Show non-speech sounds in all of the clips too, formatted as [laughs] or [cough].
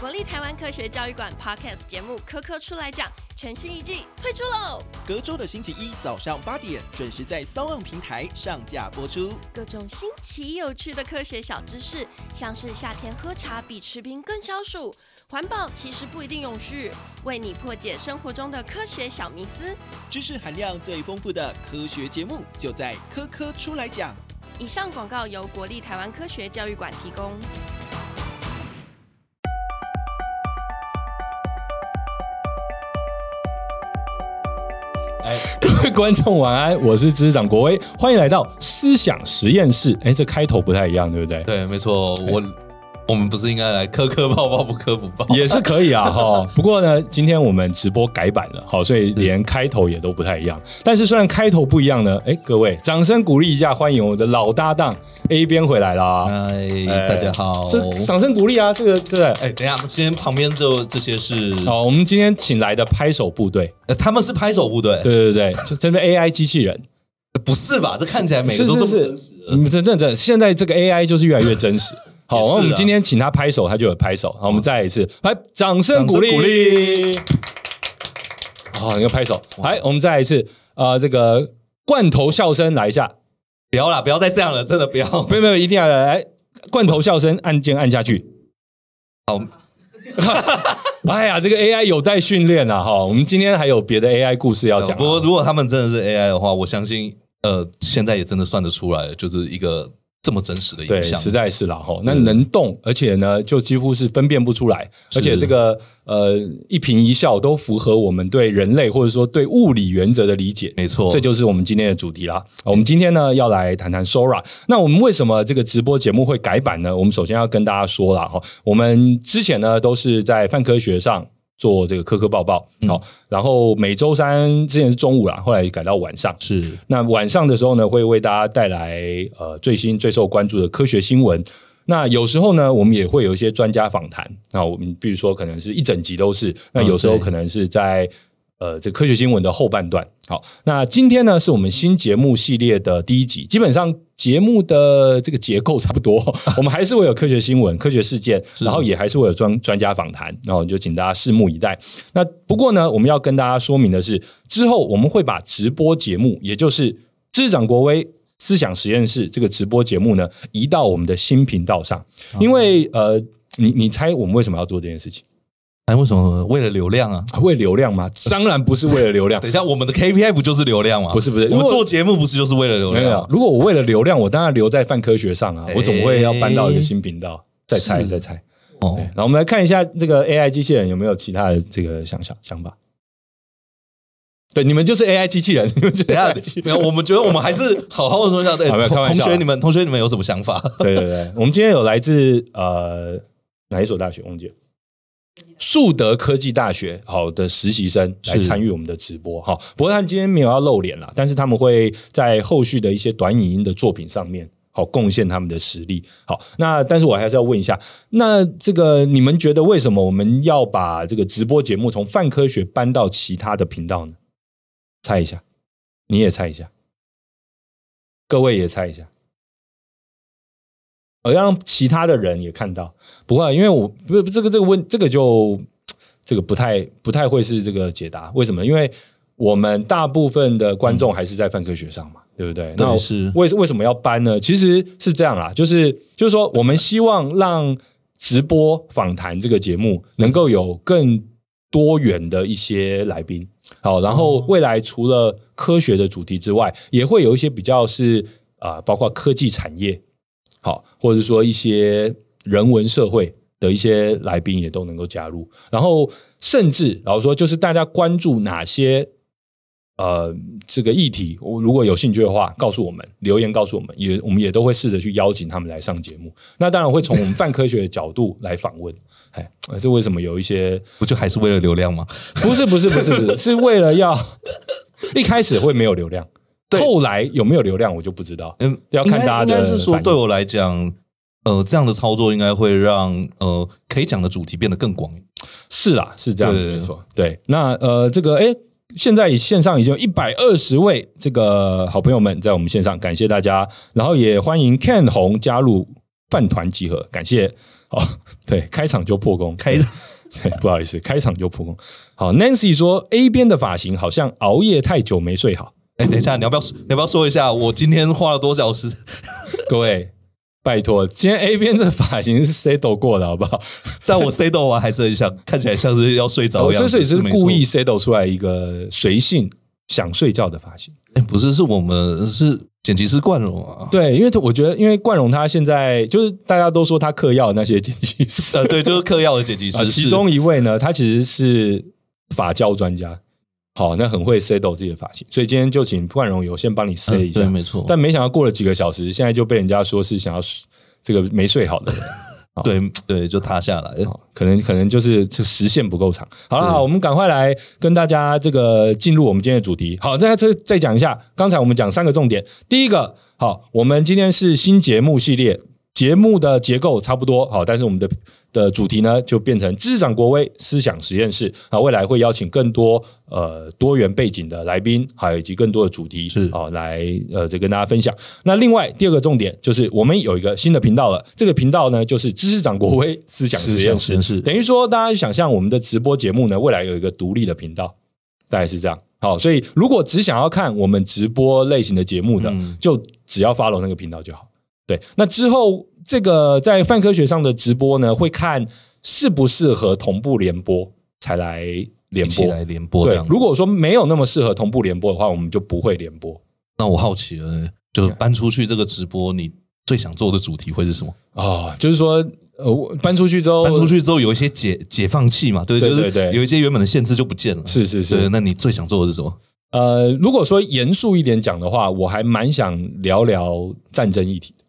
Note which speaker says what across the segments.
Speaker 1: 国立台湾科学教育馆 Podcast 节目《科科出来讲》全新一季推出喽！
Speaker 2: 隔周的星期一早上八点准时在骚浪平台上架播出。
Speaker 1: 各种新奇有趣的科学小知识，像是夏天喝茶比吃冰更消暑，环保其实不一定永续，为你破解生活中的科学小迷思。
Speaker 2: 知识含量最丰富的科学节目，就在科科出来讲。
Speaker 1: 以上广告由国立台湾科学教育馆提供。
Speaker 3: 哎，各位观众晚安，我是知识长国威，欢迎来到思想实验室。哎，这开头不太一样，对不对？
Speaker 4: 对，没错，我
Speaker 3: 哎
Speaker 4: 我们不是应该来磕磕抱抱不磕不抱？
Speaker 3: 也是可以啊，哈。不过呢，今天我们直播改版了，好，所以连开头也都不太一样。但是虽然开头不一样呢，哎，各位掌声鼓励一下，欢迎我的老搭档 A 边回来啦！
Speaker 4: 嗨，
Speaker 3: 哎
Speaker 4: 大家好。
Speaker 3: 这掌声鼓励啊，这个对不对？
Speaker 4: 哎，等一下，今天旁边就这些是，
Speaker 3: 好，我们今天请来的拍手部队，
Speaker 4: 哦呃他们是拍手部队，
Speaker 3: 对对对，就真的 AI 机器人，
Speaker 4: 不是吧？这看起来每个都这么
Speaker 3: 是是
Speaker 4: 真实了。
Speaker 3: 嗯，真真真，现在这个 AI 就是越来越真实。好，
Speaker 4: [laughs] 也是啊
Speaker 3: 那我们今天请他拍手，他就有拍手。好，我们再来一次，来，掌声鼓励，
Speaker 4: 掌声鼓励。
Speaker 3: 好，你个拍手。来，我们再来一次，呃，这个罐头笑声来一下，
Speaker 4: 不要啦，不要再这样了，真的不要。
Speaker 3: 没有没有，一定要来，来罐头笑声按键按下去。好， [laughs] 哎呀，这个 AI 有待训练啊！哈，我们今天还有别的 AI 故事要讲啊、
Speaker 4: 不过如果他们真的是 AI 的话，我相信，呃，现在也真的算得出来，就是一个这么真实的
Speaker 3: 对，
Speaker 4: 影嗯像。
Speaker 3: 实在是啦吼，那能动，而且呢，就几乎是分辨不出来，
Speaker 4: 是
Speaker 3: 而且这个呃一颦一笑都符合我们对人类或者说对物理原则的理解。
Speaker 4: 没错，
Speaker 3: 这就是我们今天的主题啦。我们今天呢要来谈谈 Sora。那我们为什么这个直播节目会改版呢？我们首先要跟大家说啦，哈，我们之前呢都是在泛科学上。做这个科科报报，
Speaker 4: 嗯
Speaker 3: 好、然后每周三之前是中午啦，后来改到晚上，
Speaker 4: 是
Speaker 3: 那晚上的时候呢，会为大家带来呃最新最受关注的科学新闻。那有时候呢，我们也会有一些专家访谈。那我们比如说，可能是一整集都是；那有时候
Speaker 4: 对
Speaker 3: 可能是在、呃这科学新闻的后半段。好，那今天呢是我们新节目系列的第一集，基本上节目的这个结构差不多， [laughs] 我们还是会有科学新闻、科学事件，然后也还是会有专专家访谈。然后就请大家拭目以待。那不过呢，我们要跟大家说明的是，之后我们会把直播节目，也就是知识长国威思想实验室这个直播节目呢，移到我们的新频道上，因为呃。你你猜我们为什么要做这件事情？
Speaker 4: 哎，为什么为了流量啊？
Speaker 3: 为流量 [laughs] 吗？当然不是为了流量
Speaker 4: 等，一下，我们的 KPI 不就是流量吗？
Speaker 3: 不是不是
Speaker 4: 我
Speaker 3: 如
Speaker 4: 们
Speaker 3: 果
Speaker 4: 做节目不是就是为了流
Speaker 3: 没
Speaker 4: 量
Speaker 3: 有
Speaker 4: 吗？。
Speaker 3: 如果我为了流量，我当然留在泛科学上啊，我总会要搬到一个新频道。再猜
Speaker 4: 是
Speaker 3: 再猜，
Speaker 4: 哦，
Speaker 3: 然后我们来看一下这个 AI 机器人有没有其他的这个想想想法。对，你们就是 AI 机器人，你们就是
Speaker 4: [laughs] 等一
Speaker 3: AI
Speaker 4: 下
Speaker 3: 机器人，
Speaker 4: 没有，我们觉得我们还是好好的说一下。对
Speaker 3: 好没有，开玩啊
Speaker 4: 同
Speaker 3: 笑啊
Speaker 4: 学你们，同学你们有什么想
Speaker 3: [laughs]
Speaker 4: 法？
Speaker 3: 对对对，我们今天有来自呃哪一所大学？忘记了。树德科技大学好的实习生来
Speaker 4: 是
Speaker 3: 参与我们的直播哈，不过他们今天没有要露脸啦，但是他们会在后续的一些短影音的作品上面好贡献他们的实力。好，那但是我还是要问一下，那这个你们觉得为什么我们要把这个直播节目从泛科学搬到其他的频道呢？猜一下，你也猜一下，各位也猜一下。呃，要让其他的人也看到。不会啊，因为我不这个这个问这个就这个不太不太会是这个解答。为什么？因为我们大部分的观众还是在泛科学上嘛，对不对？那我
Speaker 4: 是
Speaker 3: 为为什么要搬呢？其实是这样啦，就是就是说，我们希望让直播访谈这个节目能够有更多元的一些来宾。好，然后未来除了科学的主题之外，也会有一些比较是啊、呃包括科技产业，好，或者是说一些人文社会的一些来宾也都能够加入。然后甚至然后说，就是大家关注哪些呃这个议题，我如果有兴趣的话，告诉我们留言，告诉我们也我们也都会试着去邀请他们来上节目。那当然会从我们泛科学的角度来访问。哎，呃这为什么有一些
Speaker 4: 不就还是为了流量吗？
Speaker 3: 不是不是不是不是，是为了要 [laughs] 一开始会没有流量，后来有没有流量我就不知道。
Speaker 4: 嗯，
Speaker 3: 要看大家的
Speaker 4: 应该是说，
Speaker 3: 反应
Speaker 4: 对我来讲，呃，这样的操作应该会让呃可以讲的主题变得更广。
Speaker 3: 是啦，是这样子，
Speaker 4: 对
Speaker 3: 没错。对，那呃，这个哎，诶现在线上已经有一百二十位这个好朋友们在我们线上，感谢大家，然后也欢迎 Ken 红加入饭团集合，感谢。哦， [laughs] 对，开场就破功， [laughs]
Speaker 4: 开
Speaker 3: 对，不好意思，开场就破功。好，Nancy 说 A 边的发型好像熬夜太久没睡好，
Speaker 4: 哎，等一下，你要不要你要不要说一下我今天花了多小
Speaker 3: [laughs]
Speaker 4: 时？
Speaker 3: 各位。拜托，今天 A 边这发型是 settle 过的，好不好？
Speaker 4: 但我 say 到完还是很想，看起来像是要睡着
Speaker 3: 我
Speaker 4: 一
Speaker 3: 哦
Speaker 4: 样。
Speaker 3: 之所以是
Speaker 4: 没错
Speaker 3: 故意 settle 出来一个随性想睡觉的发型。
Speaker 4: 哎不是，是我们是剪辑师冠荣啊。
Speaker 3: 对，因为我觉得，因为冠荣他现在就是大家都说他嗑药那些剪辑师， [laughs]
Speaker 4: 呃，对， [laughs] 就是嗑药的剪辑
Speaker 3: 啊，
Speaker 4: 师，
Speaker 3: 其
Speaker 4: 是
Speaker 3: 中一位呢，他其实是法教专家，好，那很会 settle 自己的发型，所以今天就请冠荣有先帮你 set
Speaker 4: 嗯
Speaker 3: 一下。
Speaker 4: 对，没错，
Speaker 3: 但没想到过了几个小时，现在就被人家说是想要这个没睡好的人，
Speaker 4: 对对，就塌下来。
Speaker 3: 好可能可能就是这时限不够长。好了，
Speaker 4: 是
Speaker 3: 好我们赶快来跟大家这个进入我们今天的主题。好，再再再讲一下，刚才我们讲三个重点。第一个，好，我们今天是新节目系列，节目的结构差不多，好，但是我们的的主题呢就变成知识长国威思想实验室啊，未来会邀请更多呃多元背景的来宾，还有以及更多的主题
Speaker 4: 是
Speaker 3: 好来呃这跟大家分享。那另外第二个重点就是我们有一个新的频道了，这个频道呢就是知识长国威思想实验
Speaker 4: 思
Speaker 3: 室
Speaker 4: 想实验室
Speaker 3: 等于说大家想象我们的直播节目呢，未来有一个独立的频道，大概是这样。好，所以如果只想要看我们直播类型的节目的，
Speaker 4: 嗯
Speaker 3: 就只要 follow 那个频道就好。对，那之后这个在泛科学上的直播呢，会看适不适合同步联播才来联
Speaker 4: 一起
Speaker 3: 播。
Speaker 4: 来联播这
Speaker 3: 对
Speaker 4: 样，子。
Speaker 3: 如果说没有那么适合同步联播的话，我们就不会联播。
Speaker 4: 那我好奇了，就搬出去这个直播，你最想做的主题会是什么？
Speaker 3: 哦，就是说，呃，我搬出去之后，
Speaker 4: 搬出去之后有一些解解放器嘛，对，
Speaker 3: 对
Speaker 4: 就是
Speaker 3: 对对
Speaker 4: 有一些原本的限制就不见了。
Speaker 3: 是是是
Speaker 4: 对，那你最想做的是什么？
Speaker 3: 呃，如果说严肃一点讲的话，我还蛮想聊聊战争议题
Speaker 4: [laughs]
Speaker 3: 的。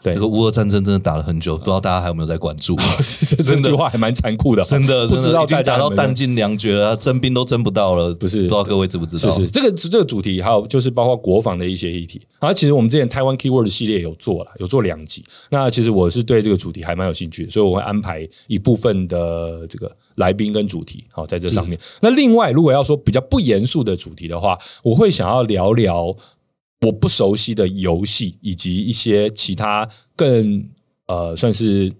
Speaker 3: 对
Speaker 4: 这个，乌俄战争真的打了很久，不知道大家还有没有在关
Speaker 3: [laughs]
Speaker 4: 注？
Speaker 3: 这这
Speaker 4: 真的
Speaker 3: 句话还蛮残酷的，
Speaker 4: 真的，
Speaker 3: 不知道大
Speaker 4: 真的已经
Speaker 3: 家
Speaker 4: 打
Speaker 3: 有
Speaker 4: 到
Speaker 3: 没有
Speaker 4: 弹尽粮绝了，征兵都征不到了，不
Speaker 3: 是
Speaker 4: 不知道各位知不知
Speaker 3: 是
Speaker 4: 道？
Speaker 3: 是，这个这个主题还有就是包括国防的一些议题。然后其实我们之前台湾 Keyword 系列有做了，有做两集。那其实我是对这个主题还蛮有兴趣的，所以我会安排一部分的这个来宾跟主题好在这上面。
Speaker 4: 嗯
Speaker 3: 那另外，如果要说比较不严肃的主题的话，我会想要聊聊我不熟悉的游戏，以及一些其他更呃算是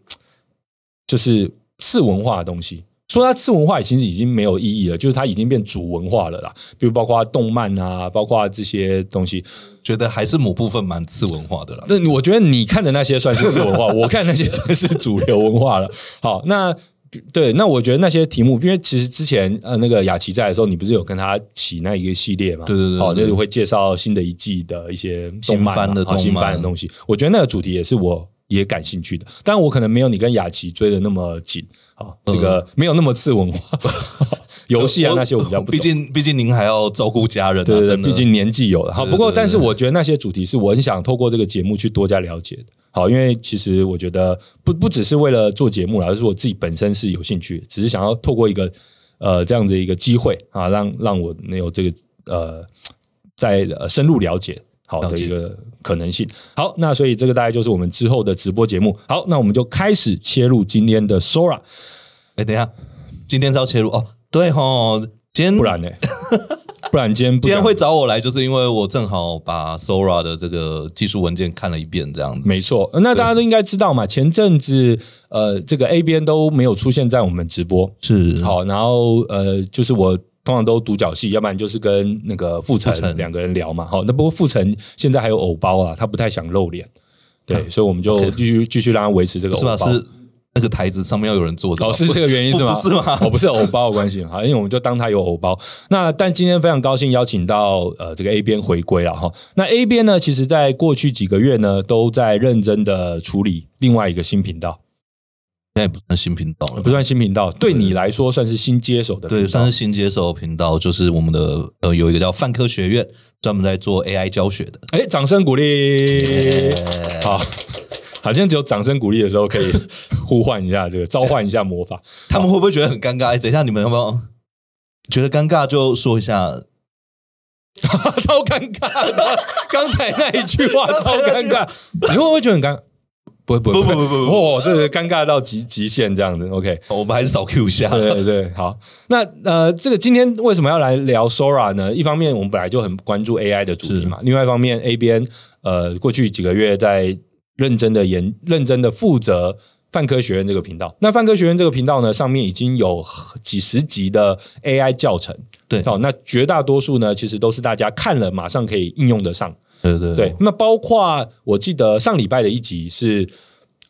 Speaker 3: 就是次文化的东西。说它次文化其实已经没有意义了，就是它已经变主文化了啦。比如包括动漫啊，包括这些东西。
Speaker 4: 觉得还是某部分蛮次文化的啦。
Speaker 3: 那我觉得你看的那些算是次文化，我看那些算是主流文化了。好，那 [laughs] 对，那我觉得那些题目，因为其实之前呃那个雅琪在的时候，你不是有跟他起那一个系列嘛？
Speaker 4: 对对对
Speaker 3: 好，
Speaker 4: 对
Speaker 3: 那
Speaker 4: 对
Speaker 3: 就会介绍新的一季的一些动漫嘛
Speaker 4: 新番的
Speaker 3: 好新
Speaker 4: 动漫
Speaker 3: 番的东西。我觉得那个主题也是我也感兴趣的，但我可能没有你跟雅琪追的那么紧啊，好这个没有那么次文
Speaker 4: [laughs]
Speaker 3: 化。游戏啊
Speaker 4: 呃我
Speaker 3: 那些我比较不懂
Speaker 4: 毕竟毕竟您还要照顾家人啊，
Speaker 3: 对对对，
Speaker 4: 真的
Speaker 3: 毕竟年纪有了。好，
Speaker 4: 对对
Speaker 3: 不过
Speaker 4: 对对
Speaker 3: 但是我觉得那些主题是我很想透过这个节目去多加了解的。好，因为其实我觉得不不只是为了做节目啦，而是我自己本身是有兴趣的，只是想要透过一个呃这样子一个机会啊，让让我能有这个呃在呃深入了解好
Speaker 4: 了
Speaker 3: 的
Speaker 4: 解
Speaker 3: 一个可能性。好，那所以这个大概就是我们之后的直播节目。好，那我们就开始切入今天的 Sora，
Speaker 4: 哎，等一下，今天是要切入哦，对吼，今天
Speaker 3: 不然
Speaker 4: [laughs]
Speaker 3: 呢？不然今天不
Speaker 4: 今天
Speaker 3: 讲
Speaker 4: 会找我来，就是因为我正好把 Sora 的这个技术文件看了一遍，这样子。
Speaker 3: 没错，呃那大家都应该知道嘛。前阵子，呃，这个 A 边都没有出现在我们直播。
Speaker 4: 是，
Speaker 3: 好，然后呃，就是我通常都独角戏，要不然就是跟那个傅
Speaker 4: 傅
Speaker 3: 成
Speaker 4: 成
Speaker 3: 两个人聊嘛。好，那不过傅成现在还有偶包啊，他不太想露脸，对，所以我们就
Speaker 4: OK
Speaker 3: 继续继续让他维持这个偶
Speaker 4: 是吧？
Speaker 3: 包。
Speaker 4: 是那个台子上面要有人坐着吧，
Speaker 3: 哦，是这个原因是吗？
Speaker 4: 不不是吗？
Speaker 3: 哦，不是偶包的关系，好，因为我们就当他有偶包。那但今天非常高兴邀请到呃这个 A 边回归了哈。那 A 边呢，其实在过去几个月呢，都在认真的处理另外一个新频道，呃
Speaker 4: 现在不算新频道了，
Speaker 3: 不算新频道，对你来说算是新接手的频道，
Speaker 4: 对，算是新接手的频道，就是我们的呃有一个叫泛科学院，专门在做 AI 教学的。
Speaker 3: 哎，掌声鼓励，
Speaker 4: 哎
Speaker 3: 好。好像只有掌声鼓励的时候可以 [laughs] 呼唤一下这个，召唤一下魔法。
Speaker 4: 他们会不会觉得很尴尬？哎，等一下你们要不要觉得尴尬就说一下？
Speaker 3: [laughs] 超尴尬的，刚才那一句话超尴
Speaker 4: [laughs]
Speaker 3: 尬，你会不会觉得很尴尬？不会不会
Speaker 4: 不不不不
Speaker 3: 不，哇，这个尴尬到极极限这样子。OK，
Speaker 4: 我们还是少 Q 一下。
Speaker 3: [laughs] 对对对，好。那呃，这个今天为什么要来聊 Sora 呢？一方面我们本来就很关注 AI 的主题嘛，另外一方面 A 边呃过去几个月在认真的研认真的负责泛科学院这个频道。那泛科学院这个频道呢，上面已经有几十集的 AI 教程，
Speaker 4: 对
Speaker 3: 好，那绝大多数呢，其实都是大家看了马上可以应用得上。
Speaker 4: 对对
Speaker 3: 对，那包括我记得上礼拜的一集是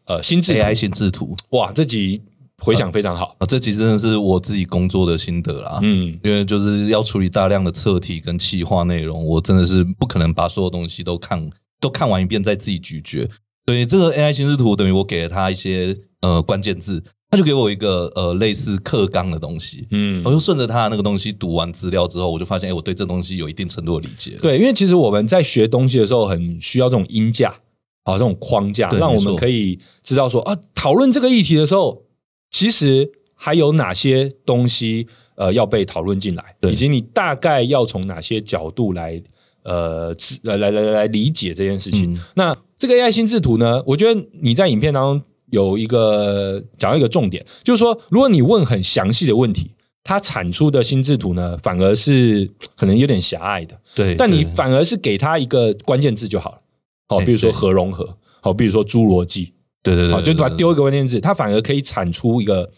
Speaker 3: 呃心智图
Speaker 4: AI 心智图
Speaker 3: 哇，这集回响非常好，
Speaker 4: 啊，这集真的是我自己工作的心得啦。
Speaker 3: 嗯，
Speaker 4: 因为就是要处理大量的测题跟企划内容，我真的是不可能把所有东西都看都看完一遍再自己咀嚼。所以这个 AI 心智图等于我给了他一些呃关键字，他就给我一个呃类似课纲的东西，
Speaker 3: 嗯
Speaker 4: 我就顺着他的那个东西读完资料之后，我就发现哎、我对这东西有一定程度的理解。
Speaker 3: 对，因为其实我们在学东西的时候，很需要这种音架，啊，这种框架，
Speaker 4: 对
Speaker 3: 让我
Speaker 4: 没
Speaker 3: 们
Speaker 4: 错
Speaker 3: 可以知道说啊，讨论这个议题的时候，其实还有哪些东西呃要被讨论进来，
Speaker 4: 对
Speaker 3: 以及你大概要从哪些角度来呃知来来来来理解这件事情。
Speaker 4: 嗯
Speaker 3: 那这个 AI 心智图呢，我觉得你在影片当中有一个讲到一个重点，就是说，如果你问很详细的问题。它产出的心智图呢，反而是可能有点狭隘的，
Speaker 4: 对，
Speaker 3: 但你
Speaker 4: 对
Speaker 3: 反而是给他一个关键字就好了。好，
Speaker 4: 哎
Speaker 3: 比如说
Speaker 4: 对
Speaker 3: 核融合，好，比如说侏罗纪，
Speaker 4: 对对
Speaker 3: 好，
Speaker 4: 对，
Speaker 3: 就把它
Speaker 4: 对
Speaker 3: 丢一个关键字，它反而可以产出一个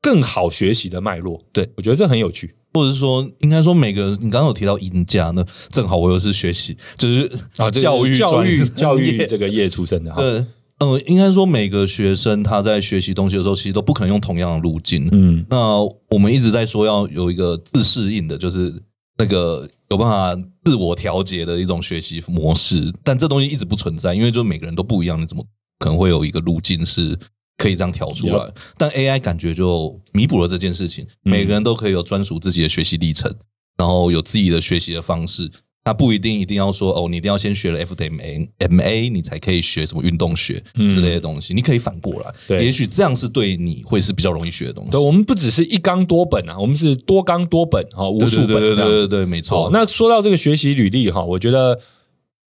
Speaker 3: 更好学习的脉络。
Speaker 4: 对
Speaker 3: 我觉得这很有趣
Speaker 4: 或者是说，应该说每个人，你刚刚有提到音价，那正好我又是学习，就是
Speaker 3: 啊这个
Speaker 4: 啊教育
Speaker 3: 教育
Speaker 4: 专业
Speaker 3: 教
Speaker 4: [laughs]
Speaker 3: 育这个业出身的哈，
Speaker 4: 对，嗯，应该说每个学生他在学习东西的时候，其实都不可能用同样的路径。
Speaker 3: 嗯，
Speaker 4: 那我们一直在说要有一个自适应的，就是那个有办法自我调节的一种学习模式，但这东西一直不存在，因为就是每个人都不一样，你怎么可能会有一个路径是？可以这样调出来
Speaker 3: Yup，
Speaker 4: 但 AI 感觉就弥补了这件事情。每个人都可以有专属自己的学习历程，然后有自己的学习的方式。他不一定一定要说哦，你一定要先学了 F D M A M A，你才可以学什么运动学
Speaker 3: 嗯
Speaker 4: 之类的东西。你可以反过来，
Speaker 3: 对
Speaker 4: 也许这样是对你会是比较容易学的东西。
Speaker 3: 对，我们不只是一纲多本啊，我们是多纲多本哈，无数本
Speaker 4: 对对对
Speaker 3: 这样子
Speaker 4: 对对对，没错
Speaker 3: 好，。那说到这个学习履历哈，我觉得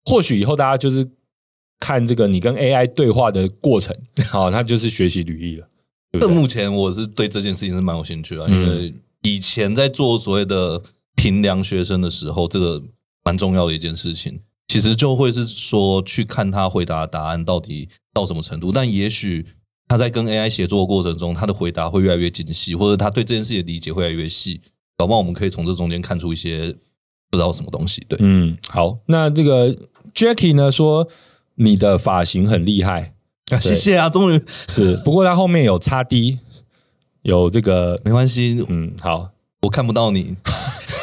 Speaker 3: 或许以后大家就是看这个你跟 AI 对话的过程，好，它就是学习履历了。对不
Speaker 4: 但
Speaker 3: 对
Speaker 4: 目前我是对这件事情是蛮有兴趣的，
Speaker 3: 嗯
Speaker 4: 因为以前在做所谓的评量学生的时候，这个蛮重要的一件事情。其实就会是说去看他回答的答案到底到什么程度，但也许他在跟 AI 协作的过程中，他的回答会越来越精细，或者他对这件事情的理解会越来越细，搞不好我们可以从这中间看出一些不知道什么东西。对，
Speaker 3: 嗯，好，那这个 Jackie 呢说你的发型很厉害，
Speaker 4: 啊谢谢啊，终于
Speaker 3: 是，不过他后面有擦 D，有这个，
Speaker 4: 没关系，
Speaker 3: 嗯，好，
Speaker 4: 我看不到你，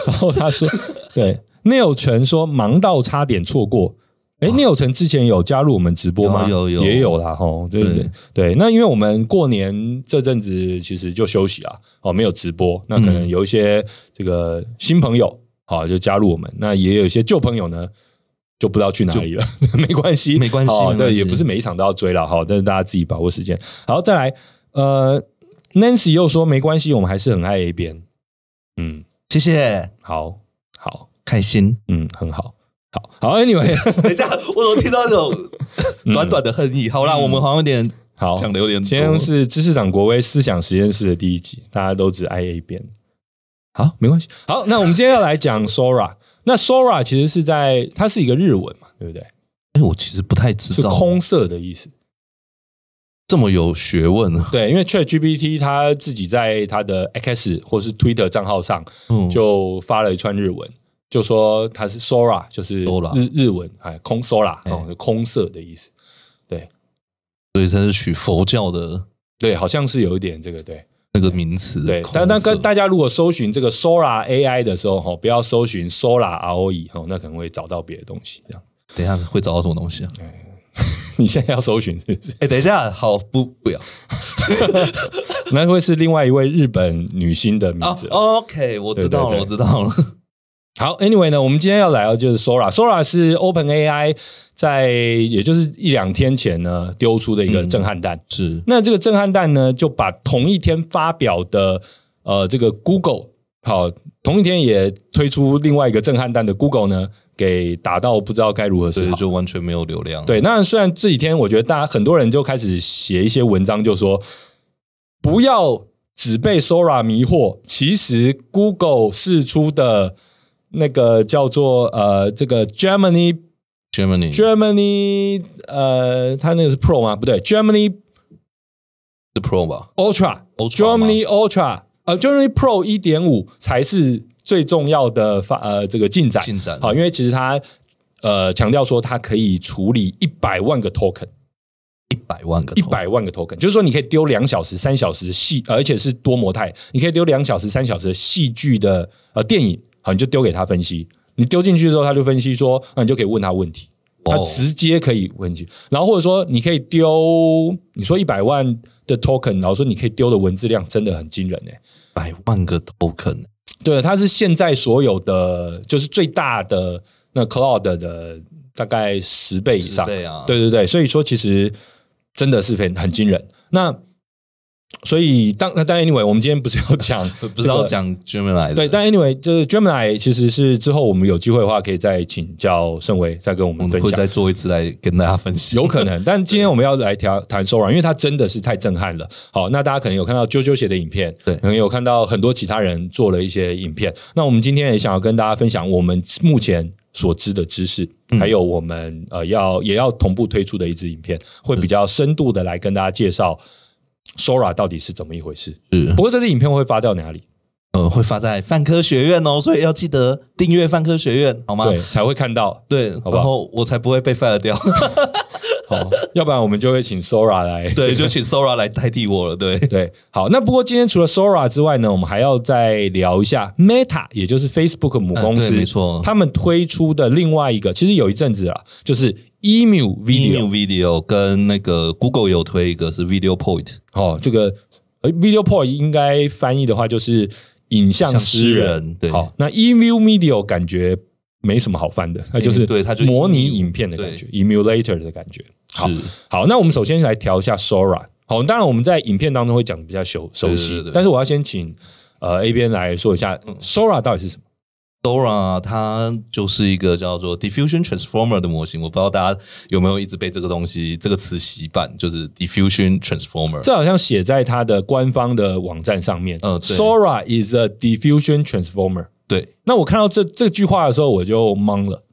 Speaker 3: 然后他说，对，聂有成说忙到差点错过。哎，聂有成之前有加入我们直播吗？
Speaker 4: 有有有
Speaker 3: 也有啦，吼，对对
Speaker 4: 对
Speaker 3: 对。那因为我们过年这阵子其实就休息啊，哦，没有直播，那可能
Speaker 4: 嗯
Speaker 3: 有一些这个新朋友，好、就加入我们，那也有一些旧朋友呢。就不知道去哪里了， [laughs] 没关系，
Speaker 4: 没关系
Speaker 3: 好
Speaker 4: 没关
Speaker 3: 对，
Speaker 4: 系
Speaker 3: 也不是每一场都要追了，好，但是大家自己把握时间。好，再来，呃，Nancy 又说没关系，我们还是很爱 A 边，嗯，
Speaker 4: 谢谢，
Speaker 3: 好，好，
Speaker 4: 开心。
Speaker 3: 嗯，很好，好，好，Anyway，
Speaker 4: [laughs] 等一下，我怎么听到这种短短的恨意？好啦，我嗯们好像有点
Speaker 3: 好，
Speaker 4: 讲的有点
Speaker 3: 今
Speaker 4: 多
Speaker 3: 天。是知识长国威思想实验室的第一集，大家都只爱 A 边。好，没关系。好，那我们今天要来讲 Sora。那 [laughs] Sora 其实是在它是一个日文嘛，对不对？
Speaker 4: 哎，我其实不太知
Speaker 3: 是
Speaker 4: 道
Speaker 3: 空色的意思。
Speaker 4: 这么有学问啊。
Speaker 3: 对，因为 ChatGPT 它自己在它的 X 或是 Twitter 账号上
Speaker 4: 嗯，
Speaker 3: 就发了一串日文，就说它是 Sora，就是日
Speaker 4: Sora
Speaker 3: 日文哎，空 Sora
Speaker 4: 哎
Speaker 3: 哦，就空色的意思。
Speaker 4: 所以它是取佛教的
Speaker 3: 对，好像是有一点这个对。
Speaker 4: 那个名词。
Speaker 3: 对，
Speaker 4: 空
Speaker 3: 但但
Speaker 4: 色
Speaker 3: 跟大家如果搜寻这个 Sora AI 的时候，哈，不要搜寻 Sora ROE 哈，那可能会找到别的东西。这样， [laughs]
Speaker 4: 等一下会找到什么东西啊？
Speaker 3: 你现在要搜寻是不是？ [laughs]
Speaker 4: 哎，等一下，好不不要
Speaker 3: 那会是另外一位日本女星的名
Speaker 4: 啊
Speaker 3: 字。
Speaker 4: ？OK，我知道了，
Speaker 3: 对
Speaker 4: 我
Speaker 3: 对
Speaker 4: 知道了。
Speaker 3: 好，Anyway 呢，我们今天要聊的就是 Sora。Sora 是 OpenAI 在也就是一两天前呢丢出的一个
Speaker 4: 嗯
Speaker 3: 震撼弹。
Speaker 4: [laughs] [laughs] 是
Speaker 3: 那这个震撼弹呢，就把同一天发表的呃这个 Google 好，同一天也推出另外一个震撼弹的 Google 呢，给打到不知道该如何
Speaker 4: 所
Speaker 3: 是
Speaker 4: 以
Speaker 3: 好。
Speaker 4: 就完全没有流量。，
Speaker 3: 对，那虽然这几天我觉得大家很多人就开始写一些文章，就说不要只被 Sora 迷惑，其实 Google 试出的那个叫做呃这个 Germany
Speaker 4: Germany
Speaker 3: Germany 呃，它那个是 Pro 吗？不对，Germany
Speaker 4: 是 Pro 吧？
Speaker 3: Ultra、
Speaker 4: Ultra
Speaker 3: Germany Ultra 呃 Germany Pro 一点五才是最重要的发呃这个进展。
Speaker 4: 进展
Speaker 3: 好，因为其实它呃强调说它可以处理一百万个 token，
Speaker 4: 一百万个
Speaker 3: 一
Speaker 4: 头，
Speaker 3: 百万个 token，就是说你可以丢两小时、三小时戏，呃而且是多模态，你可以丢两小时、三小时的戏剧的呃电影，好，你就丢给他分析。你丢进去之后，他就分析说，那你就可以问他问题。
Speaker 4: 哇
Speaker 3: 它
Speaker 4: 哦
Speaker 3: 直接可以问进去，然后或者说你可以丢，你说一百万的 token，然后说你可以丢的文字量真的很惊人哎、
Speaker 4: 百万个 token，
Speaker 3: 对，它是现在所有的就是最大的那 cloud 的大概十倍以上，
Speaker 4: 对啊，
Speaker 3: 对对对，所以说其实真的是很很惊人。那所以当那当然，anyway，我们今天不是要讲
Speaker 4: 不， [laughs] 不是要
Speaker 3: 这个
Speaker 4: 讲 Gemini 的
Speaker 3: 对，但 anyway，就是 Gemini 其实是之后我们有机会的话，可以再请教盛维再跟我
Speaker 4: 我
Speaker 3: 们
Speaker 4: 们
Speaker 3: 分
Speaker 4: 会
Speaker 3: 享
Speaker 4: 再。做一次来跟大家分 [laughs] 析。
Speaker 3: 有可能，但今天我们要来谈谈收软，因为它真的是太震撼了。好，那大家可能有看到啾啾写的影片，
Speaker 4: 对
Speaker 3: 可能有看到很多其他人做了一些影片。那我们今天也想要跟大家分享我们目前所知的知识，
Speaker 4: 嗯
Speaker 3: 还有我们呃要也要同步推出的一支影
Speaker 4: 嗯
Speaker 3: 片，会比较深度的来跟大家介绍 Sora 到底是怎么一回事。
Speaker 4: 是
Speaker 3: 不过这支影片会发到哪里？
Speaker 4: 呃，会发在泛科学院哦，所以要记得订阅泛科学院，好吗？
Speaker 3: 对，才会看到。
Speaker 4: 对，
Speaker 3: 好吧
Speaker 4: 然后我才不会被 fire
Speaker 3: [laughs]
Speaker 4: 掉。 [laughs]
Speaker 3: 好，要不然我们就会请 Sora 来
Speaker 4: 对，就请 Sora 来代替我了。对，
Speaker 3: [laughs] 对，好，那不过今天除了 Sora 之外呢，我们还要再聊一下 Meta，也就是 Facebook 母公
Speaker 4: 啊
Speaker 3: 司，
Speaker 4: 对没错
Speaker 3: 他们推出的另外一个，其实有一阵子啊，就是 Emu Video，
Speaker 4: Vimeo Video 跟那个 Google 有推一个是 Video Point，
Speaker 3: 哦，这个呃 Video Point 应该翻译的话就是影像诗
Speaker 4: 像诗
Speaker 3: 人
Speaker 4: 人，对
Speaker 3: 好，那 Emu Video 感觉没什么好翻的，那就是
Speaker 4: 嗯对它就
Speaker 3: 模拟
Speaker 4: emu，
Speaker 3: 影片的感
Speaker 4: 对
Speaker 3: 觉，emulator 的感觉，好
Speaker 4: 是。
Speaker 3: 好，那我们首先来调一下 Sora。好，当然我们在影片当中会讲得比较熟熟悉，
Speaker 4: 对对对嗯
Speaker 3: 但是我要先请呃 A 边来说一下、Sora 到底是什么。
Speaker 4: Dora 它就是一个叫做 diffusion transformer 的模型，我不知道大家有没有一直被这个东西这个词洗版，就是 diffusion transformer。
Speaker 3: 这好像写在它的官方的网站上面。
Speaker 4: 嗯对
Speaker 3: s o r a is a diffusion transformer。
Speaker 4: 对，
Speaker 3: 那我看到这这句话的时候，我就懵了。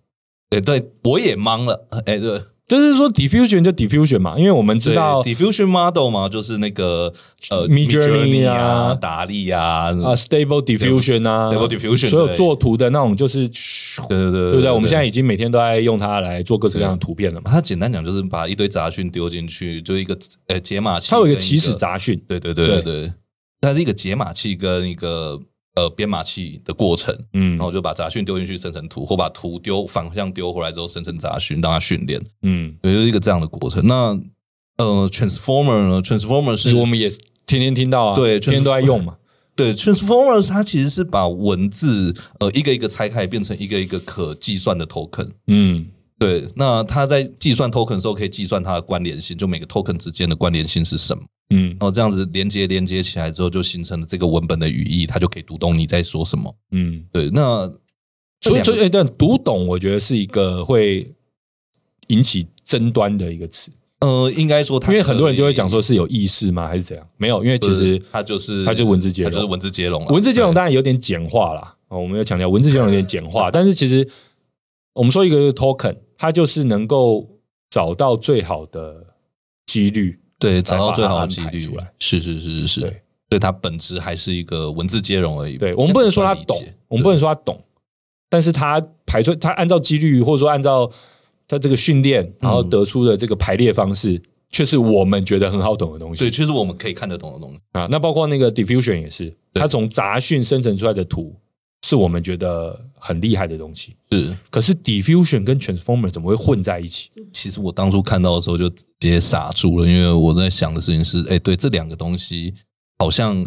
Speaker 4: 哎，对我也懵了，哎，对，
Speaker 3: 就是说 diffusion 就 diffusion 嘛，因为我们知道
Speaker 4: 对 diffusion model 嘛，就是那个呃
Speaker 3: Midjourney 啊
Speaker 4: 啊、达利啊，
Speaker 3: 啊，stable diffusion 啊
Speaker 4: Stable diffusion，
Speaker 3: 所有
Speaker 4: 对
Speaker 3: 做图的那种就是，
Speaker 4: 对
Speaker 3: 对
Speaker 4: 对对对
Speaker 3: 不对？我们现在已经每天都在用它来做各式各样的图片了嘛。
Speaker 4: 它简单讲就是把一堆杂讯丢进去，就是一个呃解码器，
Speaker 3: 它有一个起始，杂讯，
Speaker 4: 对对对对对，它是一个解码器跟一个呃编码器的过程，
Speaker 3: 嗯
Speaker 4: 然后就把杂讯丢进去生成图，或把图丢反向丢回来之后生成杂讯，让它训练，
Speaker 3: 嗯。
Speaker 4: 对，就是一个这样的过程。那呃，transformer 呢？transformer 是
Speaker 3: 我们也天天听到啊，
Speaker 4: 对
Speaker 3: 天天都在用
Speaker 4: [laughs]
Speaker 3: 嘛。
Speaker 4: 对 transformers，它其实是把文字呃一个一个拆开，变成一个一个可计算的 token。
Speaker 3: 嗯，
Speaker 4: 对，那它在计算 token 的时候，可以计算它的关联性，就每个 token 之间的关联性是什么。
Speaker 3: 嗯
Speaker 4: 然后这样子连接连接起来之后，就形成了这个文本的语义，它就可以读懂你在说什么。
Speaker 3: 嗯，
Speaker 4: 对，那
Speaker 3: 所以所
Speaker 4: 这
Speaker 3: 以哎但读懂，我觉得是一个会引起争端的一个词，
Speaker 4: 呃，应该说它
Speaker 3: 因为很多人就会
Speaker 4: 可以
Speaker 3: 讲说是有意识吗，还是怎样？没有，因为其
Speaker 4: 就是
Speaker 3: 实
Speaker 4: 它就是
Speaker 3: 它就是文字接
Speaker 4: 它
Speaker 3: 龙，
Speaker 4: 就是文字接龙啦，
Speaker 3: 文字接龙
Speaker 4: 对
Speaker 3: 当然有点简化啦，哦，我们要强调文字接龙有点简化，但 [laughs] 是其实我们说一个 token，它就是能够找到最好的几率。
Speaker 4: 对找到最好的几
Speaker 3: 把它安
Speaker 4: 率
Speaker 3: 排出来，
Speaker 4: 是是是是是，
Speaker 3: 对
Speaker 4: 所以它本质还是一个文字接龙而已。
Speaker 3: 对我们不能说他
Speaker 4: 算理
Speaker 3: 懂
Speaker 4: 解，
Speaker 3: 我们不能说他懂，但是他排出他按照几率或者说按照他这个训练，然
Speaker 4: 嗯
Speaker 3: 后得出的这个排列方式，却是我们觉得很好懂的东
Speaker 4: 对，
Speaker 3: 西
Speaker 4: 确实我们可以看得懂的东西。
Speaker 3: 啊。那包括那个 diffusion 也是，它从杂讯生成出来的图，是我们觉得很厉害的东西。
Speaker 4: 是，
Speaker 3: 可是 diffusion 跟 transformer 怎么会混在一起？
Speaker 4: 其实我当初看到的时候就直接傻住了，因为我在想的事情是，哎，对，这两个东西好像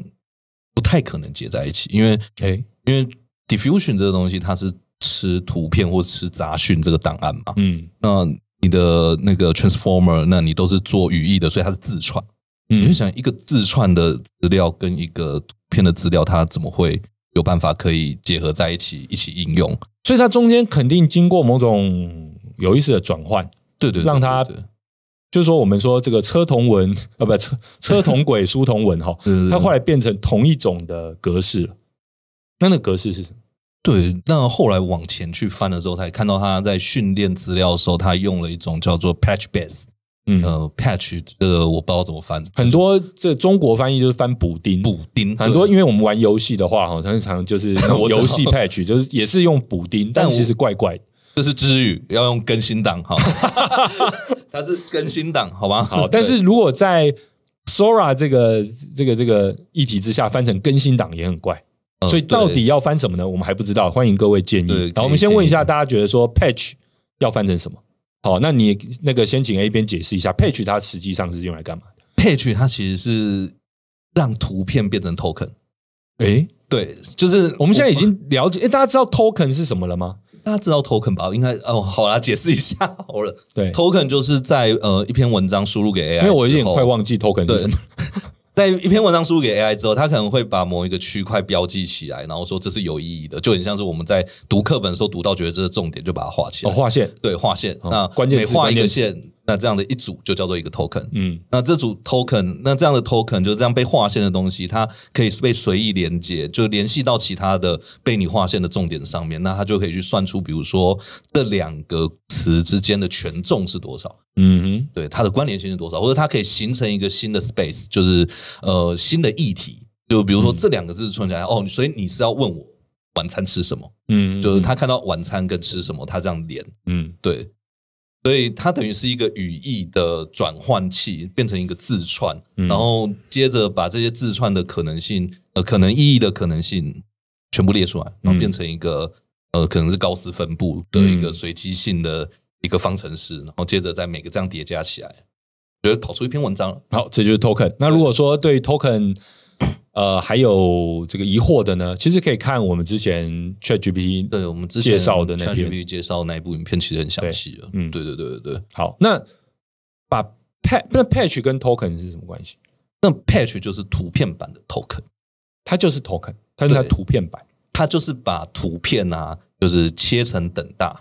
Speaker 4: 不太可能结在一起，因为
Speaker 3: 哎，
Speaker 4: 因为 diffusion 这个东西它是吃图片或吃杂讯这个档案嘛，
Speaker 3: 嗯
Speaker 4: 那你的那个 transformer，那你都是做语义的，所以它是自串。你就
Speaker 3: 嗯
Speaker 4: 想一个自串的资料跟一个图片的资料，它怎么会有办法可以结合在一起一起应用？
Speaker 3: 所以它中间肯定经过某种有意思的转换。
Speaker 4: 对对对
Speaker 3: 让它
Speaker 4: 对对
Speaker 3: 就是说，我们说这个车同文啊，不车车同轨，书同文哈，
Speaker 4: 对对
Speaker 3: 它后来变成同一种的格式了。那那格式是什么？
Speaker 4: 对，那后来往前去翻的时候，才看到他在训练资料的时候，他用了一种叫做 patch base
Speaker 3: 嗯，
Speaker 4: 呃 patch 这个我不知道怎么翻，
Speaker 3: 很多这中国翻译就是翻补丁，
Speaker 4: 补丁
Speaker 3: 很多，
Speaker 4: 对
Speaker 3: 因为我们玩游戏的话，哈，常常就是
Speaker 4: 我知道
Speaker 3: 游戏
Speaker 4: [laughs]
Speaker 3: patch 就是也是用补丁，但
Speaker 4: 但我
Speaker 3: 其实怪怪的。
Speaker 4: 这是知语，要用更新档哈， [laughs] 它是更新档，好吧？
Speaker 3: 好，但是如果在 Sora 这个这个这个议题之下翻成更新档也很怪，所以到底要翻什么呢？我们还不知道，欢迎各位建
Speaker 4: 嗯对
Speaker 3: 议。
Speaker 4: 可以
Speaker 3: 好，我们先问一
Speaker 4: 建
Speaker 3: 下
Speaker 4: 议
Speaker 3: 大家觉得说 patch 要翻成什么？好，那你那个先请 A 边解释一下 patch 它实际上是用来干嘛？
Speaker 4: 对 patch 它其实是让图片变成 token，
Speaker 3: 诶，
Speaker 4: 对，就是
Speaker 3: 我们现在已经了解，诶，大家知道 token 是什么了吗？
Speaker 4: 大家知道 token 吧？应该哦，好啦，解释一下好了。
Speaker 3: 对，
Speaker 4: token 就是在呃一篇文章输入给
Speaker 3: 因
Speaker 4: AI，
Speaker 3: 为我有
Speaker 4: 之
Speaker 3: 点
Speaker 4: 后
Speaker 3: 快忘记 token 是什么。
Speaker 4: 在一篇文章输入给 AI 之后，它可能会把某一个区块标记起来，然后说这是有意义的，就很像是我们在读课本的时候读到觉得这是重点，就把它画起
Speaker 3: 哦，
Speaker 4: 来。
Speaker 3: 划线，
Speaker 4: 对，画线。
Speaker 3: 哦
Speaker 4: 那
Speaker 3: 关键
Speaker 4: 每
Speaker 3: 字
Speaker 4: 画一个
Speaker 3: 关键字
Speaker 4: 线，那这样的一组就叫做一个 token。
Speaker 3: 嗯，
Speaker 4: 那这组 token，那这样的 token 就是这样被划线的东西，它可以被随意连接，就联系到其他的被你划线的重点上面，那它就可以去算出，比如说这两个词之间的权重是多少，
Speaker 3: 嗯
Speaker 4: 对它的关联性是多少，或者它可以形成一个新的 space，就是呃新的议题，就比如说这两个字串起来，哦，所以你是要问我晚餐吃什么，
Speaker 3: 嗯，
Speaker 4: 就是他看到晚餐跟吃什么，他这样连，
Speaker 3: 嗯，
Speaker 4: 对，所以它等于是一个语义的转换器，变成一个字串，
Speaker 3: 嗯
Speaker 4: 然后接着把这些字串的可能性，呃，可能意义的可能性全部列出来，然后变成一个、呃，可能是高斯分布的一个
Speaker 3: 嗯
Speaker 4: 随机性的一个方程式，然后接着再每个这样叠加起来，觉得跑出一篇文章了。
Speaker 3: 好，这就是 token。那如果说对 token 呃还有这个疑惑的呢，其实可以看我们之前 ChatGPT
Speaker 4: 对我们之前
Speaker 3: 介绍的那
Speaker 4: ChatGPT
Speaker 3: 篇。
Speaker 4: 介绍那一部影片其实很详
Speaker 3: 对
Speaker 4: 细了。嗯，
Speaker 3: 嗯
Speaker 4: 对对对对对。
Speaker 3: 好，那把 patch 那 patch 跟 token 是什么关系？
Speaker 4: 那 patch 就是图片版的 token。
Speaker 3: 它就是 token，它是它
Speaker 4: 对
Speaker 3: 图片版。
Speaker 4: 它就是把图片啊，就是切成等大，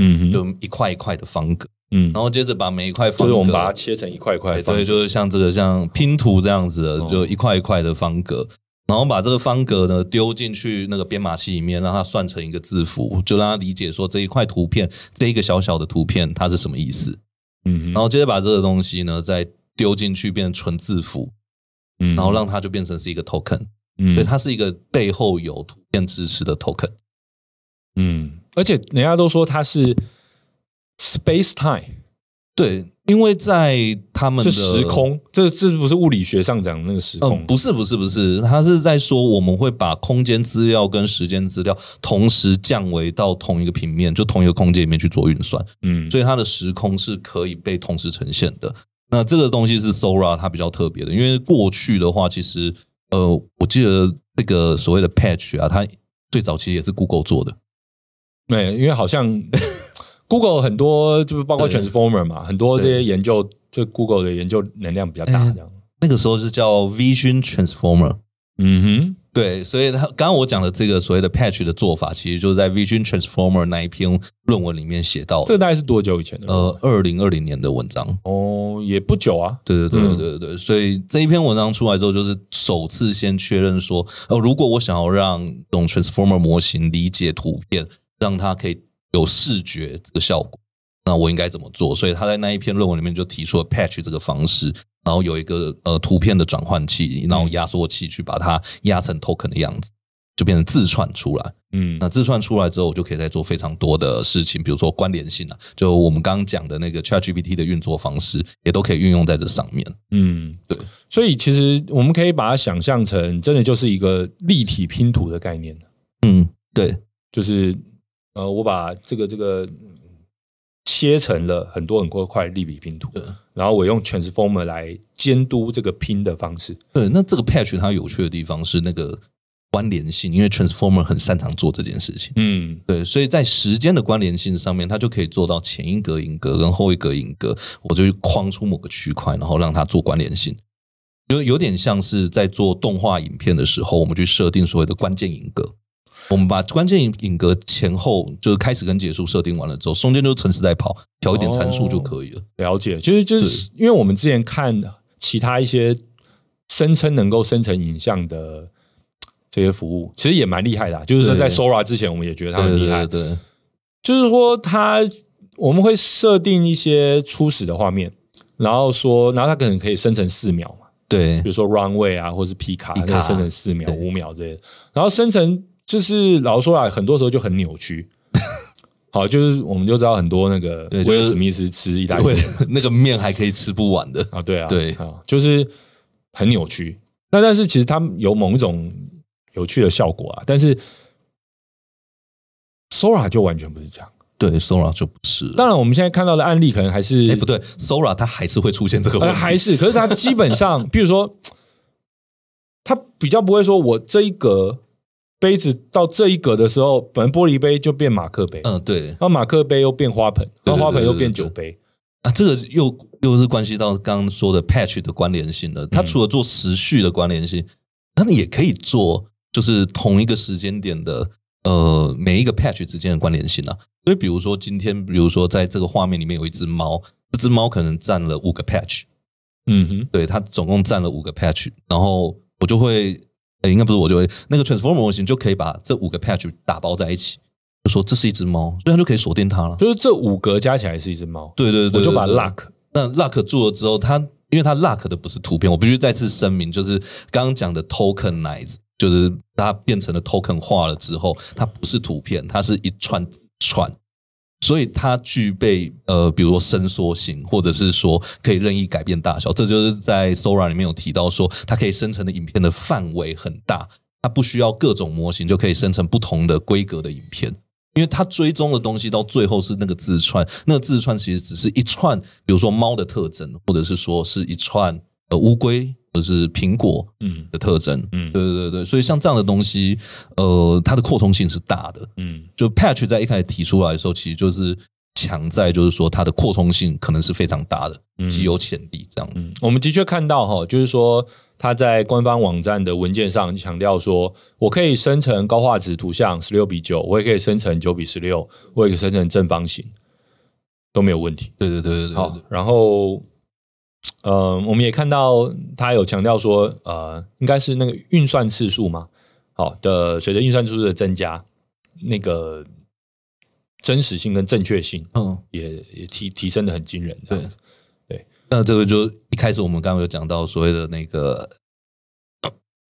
Speaker 3: 嗯
Speaker 4: 就一块一块的方格，
Speaker 3: 嗯
Speaker 4: 然，后接着把每一块
Speaker 3: 就
Speaker 4: 方格，
Speaker 3: 是我们把它切成一块一块
Speaker 4: 对
Speaker 3: 放
Speaker 4: 对，就是像这个像拼图这样子的，
Speaker 3: 哦
Speaker 4: 就一块一块的方格，然后把这个方格呢丢进去那个编码器里面，让它算成一个字符，就让它理解说这一块图片，这一个小小的图片它是什么意思，
Speaker 3: 嗯，
Speaker 4: 然后接着把这个东西呢再丢进去变成纯字符，
Speaker 3: 然
Speaker 4: 然后让它就变成是一个 token，
Speaker 3: 嗯
Speaker 4: 所以它是一个背后有图片支持的 token。
Speaker 3: 嗯，而且人家都说它是 space time，
Speaker 4: 对，因为在他们
Speaker 3: 是
Speaker 4: 的
Speaker 3: 时，空，这这不是物理学上讲的那个时
Speaker 4: 呃，
Speaker 3: 空。
Speaker 4: 不是不是不是，他是在说我们会把空间资料跟时间资料同时降维到同一个平面，就同一个空间里面去做运算，
Speaker 3: 嗯，
Speaker 4: 所以它的时空是可以被同时呈现的。那这个东西是 Sora 它比较特别的，因为过去的话，其实呃，我记得这个所谓的 Patch 啊，它最早其实也是 Google 做的，
Speaker 3: 对，因为好像 [laughs] Google 很多，就是包括
Speaker 4: 对
Speaker 3: Transformer 嘛，很多这些研究，就 Google 的研究能量比较大，
Speaker 4: 哎
Speaker 3: 这样。
Speaker 4: 那个时候是叫 Vision Transformer。
Speaker 3: 嗯
Speaker 4: 对，所以他刚刚我讲的这个所谓的 patch 的做法，其实就是在 Vision Transformer 那一篇论文里面写到
Speaker 3: 哼，这
Speaker 4: 的，
Speaker 3: 大概是多久以前的？
Speaker 4: 呃，二零二零年的文章。
Speaker 3: 哦，也不久啊。
Speaker 4: 对对对
Speaker 3: 嗯
Speaker 4: 对对对，所以这一篇文章出来之后，就是首次先确认说，呃，如果我想要让这种 Transformer 模型理解图片，让它可以有视觉这个效果，那我应该怎么做？所以他在那一篇论文里面就提出了 patch 这个方式，然后有一个呃图片的转换器，然后压缩器去把它压成 token 的样子，就变成自串出来。
Speaker 3: 嗯
Speaker 4: 那自串出来之后，我就可以再做非常多的事情，比如说关联性啊，就我们刚刚讲的那个 ChatGPT 的运作方式，也都可以运用在这上面。
Speaker 3: 嗯，
Speaker 4: 对。
Speaker 3: 所以其实我们可以把它想象成，真的就是一个立体拼图的概念，啊
Speaker 4: 嗯，对，
Speaker 3: 就是呃，我把这个这个嗯切成了很多很多块立体拼图
Speaker 4: 对，
Speaker 3: 然后我用 Transformer 来监督这个拼的方式。
Speaker 4: 对。那这个 patch 它有趣的地方是那个关联性，因为 Transformer 很擅长做这件事情。
Speaker 3: 嗯，
Speaker 4: 对，所以在时间的关联性上面，它就可以做到前一格影格跟后一格影格，我就去框出某个区块，然后让它做关联性，就有点像是在做动画影片的时候，我们去设定所谓的关键影格。我们把关键影格前后就是开始跟结束设定完了之后，中间就城市在跑，调一点参数就可以了。
Speaker 3: 了解，就是就是因为我们之前看其他一些声称能够生成影像的这些服务，其实也蛮厉害的啊、就是说
Speaker 4: 对
Speaker 3: 在 Sora 之前，我们也觉得它
Speaker 4: 对
Speaker 3: 很厉害。
Speaker 4: 对对对，
Speaker 3: 就是说它我们会设定一些初始的画面，然后说，然后它可能可以生成四秒嘛，
Speaker 4: 对
Speaker 3: 比如说 runway 啊，或是皮卡，
Speaker 4: 皮
Speaker 3: 它
Speaker 4: 卡
Speaker 3: 可以生成四秒、
Speaker 4: 对
Speaker 3: 五秒之类的。然后生成就是老实说啊，很多时候就很扭曲。 [laughs] 好，就是我们就知道很多那个
Speaker 4: 对
Speaker 3: 威尔
Speaker 4: 就是
Speaker 3: 史密斯吃意大利
Speaker 4: 会
Speaker 3: 面
Speaker 4: [laughs] 那个面还可以吃不完的，
Speaker 3: 啊，对啊，
Speaker 4: 对
Speaker 3: 啊，就是很扭曲。那但是其实他们有某一种有趣的效果啊，但是 Sora 就完全不是这样。
Speaker 4: 对，Sora 就不是了。
Speaker 3: 当然，我们现在看到的案例可能还是、
Speaker 4: 哎，不对，Sora 它还是会出现这个问
Speaker 3: 呃，
Speaker 4: 题，
Speaker 3: 还是，可是它基本
Speaker 4: [laughs]
Speaker 3: 上，譬如说，它比较不会说我这一格杯子到这一格的时候，本来玻璃杯就变马克杯，
Speaker 4: 嗯，对
Speaker 3: 然后马克杯又变花盆，然后花盆又变酒杯，
Speaker 4: 啊，这个又又是关系到刚刚说的 patch 的关联性了。
Speaker 3: 嗯
Speaker 4: 它除了做时序的关联性，它也可以做就是同一个时间点的呃每一个 patch 之间的关联性啊。所以比如说今天，比如说在这个画面里面有一只猫，这只猫可能占了五个 patch，
Speaker 3: 嗯哼，
Speaker 4: 对，它总共占了五个 patch，然后我就会，呃应该不是我就会，那个 transformer 模型就可以把这五个 patch 打包在一起，就说这是一只猫，所以它就可以锁定它了。
Speaker 3: 就是这五格加起来是一只猫，
Speaker 4: 对对对，
Speaker 3: 我就把
Speaker 4: 对对
Speaker 3: luck
Speaker 4: 那 luck 做了之后，它因为它 luck 的不是图片，我必须再次声明，就是刚刚讲的 tokenize，就是它变成了 token 化了之后，它不是图片，它是一串串。所以它具备呃，比如说伸缩性，或者是说可以任意改变大小，这就是在 Sora 里面有提到说，它可以生成的影片的范围很大，它不需要各种模型就可以生成不同的规格的影片。因为它追踪的东西到最后是那个字串，那个字串其实只是一串，比如说猫的特征，或者是说是一串呃乌龟或者是苹果
Speaker 3: 嗯
Speaker 4: 的特征。
Speaker 3: 嗯
Speaker 4: 对对对对，所以像这样的东西，呃，它的扩充性是大的。
Speaker 3: 嗯
Speaker 4: 就 patch 在一开始提出来的时候，其实就是强在就是说它的扩充性可能是非常大的，
Speaker 3: 嗯
Speaker 4: 极有潜力这样。
Speaker 3: 嗯，我们的确看到哈，就是说他在官方网站的文件上强调说，我可以生成高画质图像十六比九，我也可以生成九比十六，我也可以生成正方形，都没有问题。
Speaker 4: 对对对对对，
Speaker 3: 好，然后，呃，我们也看到他有强调说，呃，应该是那个运算次数嘛，好的，随着运算次数的增加，那个真实性跟正确性
Speaker 4: 嗯。
Speaker 3: 也也提提升的很惊人，这样子。
Speaker 4: 那这个就一开始我们刚刚有讲到所谓的那个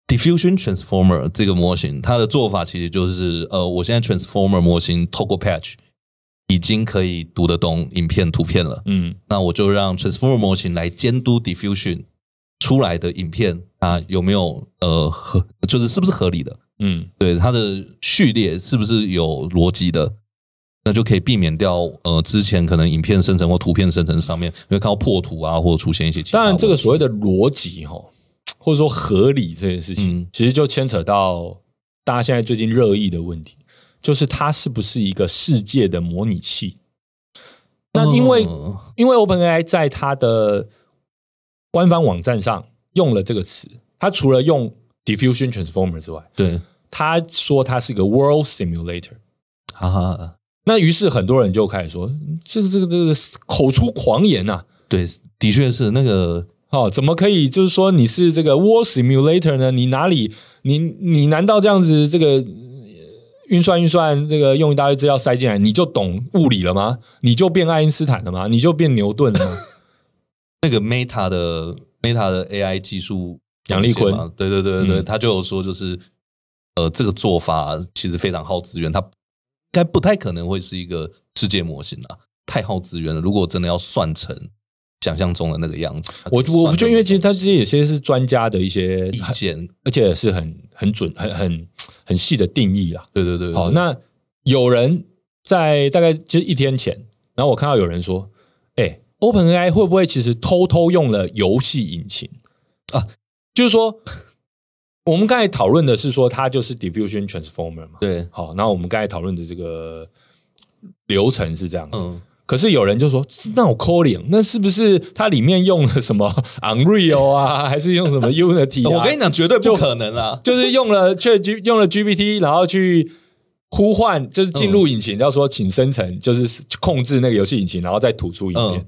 Speaker 4: diffusion transformer 这个模型，它的做法其实就是呃，我现在 transformer 模型透过 patch 已经可以读得懂影片图片了，
Speaker 3: 嗯
Speaker 4: 那我就让 transformer 模型来监督 diffusion 出来的影片啊有没有呃合，就是是不是合理的，
Speaker 3: 嗯
Speaker 4: 对它的序列是不是有逻辑的，那就可以避免掉呃之前可能影片生成或图片生成上面你会看到破图啊，或者出现一些其他
Speaker 3: 当然，这个所谓
Speaker 4: 的
Speaker 3: 的逻辑哈，或者说合理这件事情，
Speaker 4: 嗯
Speaker 3: 其实就牵扯到大家现在最近热议的问题，就是它是不是一个世界的模拟器？那因为、
Speaker 4: 嗯
Speaker 3: 因为 OpenAI 在它的官方网站上用了这个词，它除了用 diffusion transformer 之外，
Speaker 4: 对
Speaker 3: 它说它是一个 world simulator。
Speaker 4: 哈哈
Speaker 3: 那于是很多人就开始说，嗯这个这个这个口出狂言呐、啊，
Speaker 4: 对，的确是那个
Speaker 3: 哦，怎么可以？就是说你是这个 War Simulator 呢？你哪里？你你难道这样子这个呃运算运算这个用一大堆资料塞进来，你就懂物理了吗？你就变爱因斯坦了吗？你就变牛顿了吗？
Speaker 4: 那个 Meta 的 Meta 的 AI 技术
Speaker 3: 杨立坤
Speaker 4: 总监嘛，对对对对对，
Speaker 3: 嗯
Speaker 4: 他就有说就是呃这个做法其实非常耗资源，它应该不太可能会是一个世界模型啊，太耗资源了。如果真的要算成想象中的那个样子，它
Speaker 3: 我
Speaker 4: 可以
Speaker 3: 我
Speaker 4: 算
Speaker 3: 不就
Speaker 4: 成
Speaker 3: 因为其实他
Speaker 4: 东
Speaker 3: 这
Speaker 4: 西
Speaker 3: 些有些是专家的一些
Speaker 4: 意，见，
Speaker 3: 而且是很很准、很很很细的定义啦。
Speaker 4: 对对对，
Speaker 3: 好，
Speaker 4: 对
Speaker 3: 那有人在大概就一天前，然后我看到有人说，哎、o p e n a i 会不会其实偷偷用了游戏引擎啊？就是说， [laughs] 我们刚才讨论的是说它就是 diffusion transformer 嘛。
Speaker 4: 对，
Speaker 3: 好，那我们刚才讨论的这个流程是这样子。
Speaker 4: 嗯，
Speaker 3: 可是有人就说，那我扣脸，那是不是它里面用了什么 [laughs] Unreal 啊， [laughs] 还是用什么 Unity？、啊、
Speaker 4: 我跟你讲，绝对不可能啊啦。
Speaker 3: 就是用了 Chat G 用了 GPT，然后去呼唤，就是进入引擎，要说请生成，就是控制那个游戏引擎，然后再吐出影片。
Speaker 4: 嗯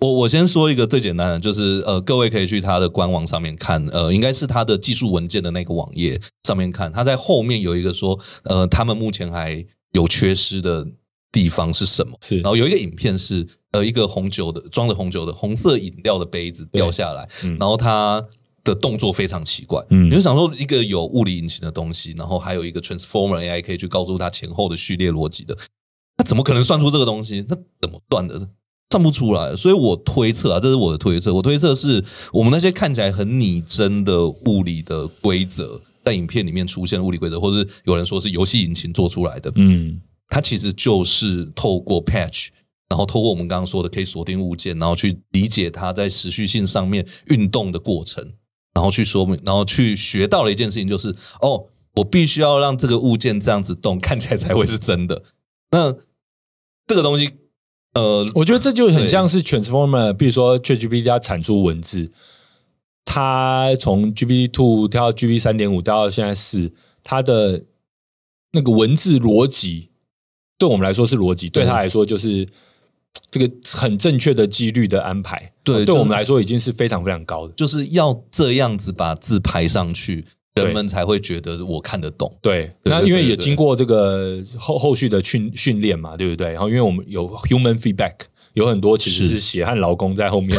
Speaker 4: 我我先说一个最简单的，就是呃，各位可以去它的官网上面看，呃，应该是它的技术文件的那个网页上面看，它在后面有一个说，呃，他们目前还有缺失的地方是什么。
Speaker 3: 是
Speaker 4: 然后有一个影片是呃一个红酒的装着红酒的红色饮料的杯子掉下来，
Speaker 3: 嗯
Speaker 4: 然后他的动作非常奇怪，
Speaker 3: 嗯
Speaker 4: 你就想说一个有物理引擎的东西，然后还有一个 transformer AI 可以去告诉他前后的序列逻辑的，那怎么可能算出这个东西？那怎么算的？算不出来，所以我推测啊，这是我的推测。我推测是我们那些看起来很拟真的物理的规则，在影片里面出现的物理规则，或是有人说是游戏引擎做出来的，
Speaker 3: 嗯
Speaker 4: 它其实就是透过 patch，然后透过我们刚刚说的可以锁定物件，然后去理解它在持续性上面运动的过程，然后去说明，然后去学到了一件事情，就是哦，我必须要让这个物件这样子动，看起来才会是真的。那这个东西，呃，
Speaker 3: 我觉得这就很像是 Transformer，比如说 ChatGPT 它产出文字，它从 GPT two 跳到 GPT 三点五到现在四，它的那个文字逻辑对我们来说是逻辑，对它来说就是这个很正确的几率的安排。
Speaker 4: 对
Speaker 3: 对
Speaker 4: 就
Speaker 3: 我们来说已经是非常非常高的。
Speaker 4: 就是要这样子把字排上去，
Speaker 3: 对
Speaker 4: 人们才会觉得我看得懂。
Speaker 3: 对，
Speaker 4: 对
Speaker 3: 那
Speaker 4: 对
Speaker 3: 因为
Speaker 4: 对
Speaker 3: 也
Speaker 4: 对
Speaker 3: 经过这个后后续的训训练嘛，对不对？然后因为我们有 human feedback，有很多其实
Speaker 4: 是
Speaker 3: 是血汗劳工在后面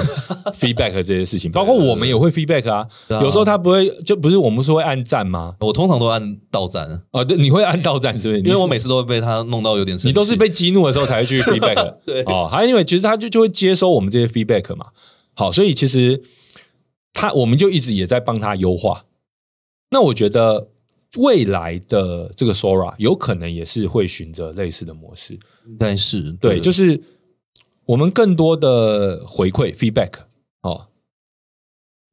Speaker 3: feedback 这些
Speaker 4: [laughs]
Speaker 3: 事情，包括我们也会 feedback 啊。
Speaker 4: 对啊
Speaker 3: 有时候他不会，就不是我们是会按赞吗？
Speaker 4: 我通常都按到站，
Speaker 3: 啊，对，你会按到赞是不是？
Speaker 4: 因为我
Speaker 3: 每
Speaker 4: 每次都会被他弄到有点生气。
Speaker 3: 你都是被激怒的时候才会去 feedback，
Speaker 4: [laughs] 对
Speaker 3: 哦，还因为其实他就就会接收我们这些 feedback 嘛。好，所以其实他我们就一直也在帮他优化。那我觉得未来的这个 Sora 有可能也是会循着类似的模式，
Speaker 4: 应该是
Speaker 3: 对，就是我们更多的回馈 feedback 哦，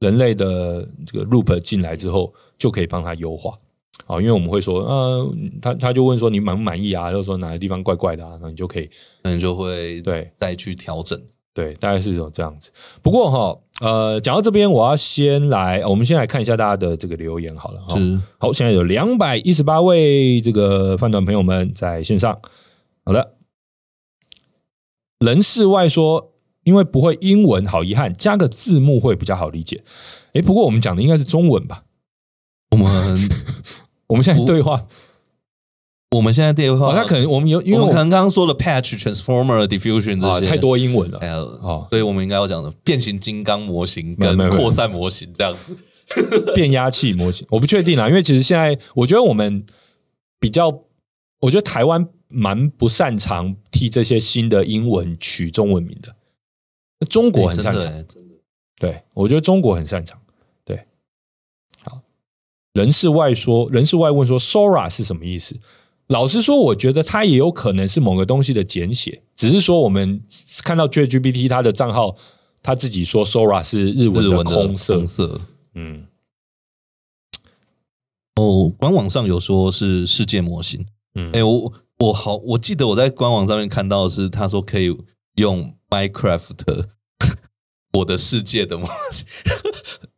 Speaker 3: 人类的这个 loop 进来之后，就可以帮他优化。哦好，因为我们会说，呃，他他就问说你满不满意啊？就说哪个地方怪怪的啊？那你就可以
Speaker 4: 可能就会
Speaker 3: 对
Speaker 4: 再去调整。
Speaker 3: 对，大概是有这样子。不过哈，呃，讲到这边，我要先来，我们先来看一下大家的这个留言好了。哈
Speaker 4: 是
Speaker 3: 好，现在有两百一十八位这个饭团朋友们在线上。好的，人事外说，因为不会英文，好遗憾，加个字幕会比较好理解。诶，不过我们讲的应该是中文吧？
Speaker 4: 我们 [laughs]
Speaker 3: 我们现在对话，
Speaker 4: 我们现在电话，
Speaker 3: 好，他可能我们有，因为
Speaker 4: 我们
Speaker 3: 我
Speaker 4: 可能刚刚说了 patch、transformer、diffusion
Speaker 3: 啊
Speaker 4: 这些哎
Speaker 3: 太，多英文了
Speaker 4: 还。有
Speaker 3: 哦
Speaker 4: 所以我们应该要讲的变形金刚模型
Speaker 3: 没有没
Speaker 4: 跟
Speaker 3: 有没有
Speaker 4: 扩散模型这样子。
Speaker 3: 变压器模型，我不确定啦，因为其实现在我觉得我们比较，我觉得台湾蛮不擅长替这些新的英文取中文名的，中国很
Speaker 4: 哎
Speaker 3: 擅
Speaker 4: 真
Speaker 3: 长
Speaker 4: 的，哎真的
Speaker 3: 对我觉得中国很擅长，对，好，人事外说，人事外问说，Sora 是什么意思？老实说，我觉得它也有可能是某个东西的简写，只是说我们看到 ChatGPT 它的账号，他自己说 Sora 是日文
Speaker 4: 日
Speaker 3: 的
Speaker 4: 文的
Speaker 3: 空色
Speaker 4: 红，色。
Speaker 3: 嗯，
Speaker 4: 哦，官网上有说是世界模型。
Speaker 3: 嗯
Speaker 4: 嗯，哎、我我好，我记得我在官网上面看到的是他说可以用 Minecraft [laughs] 我的世界的模型，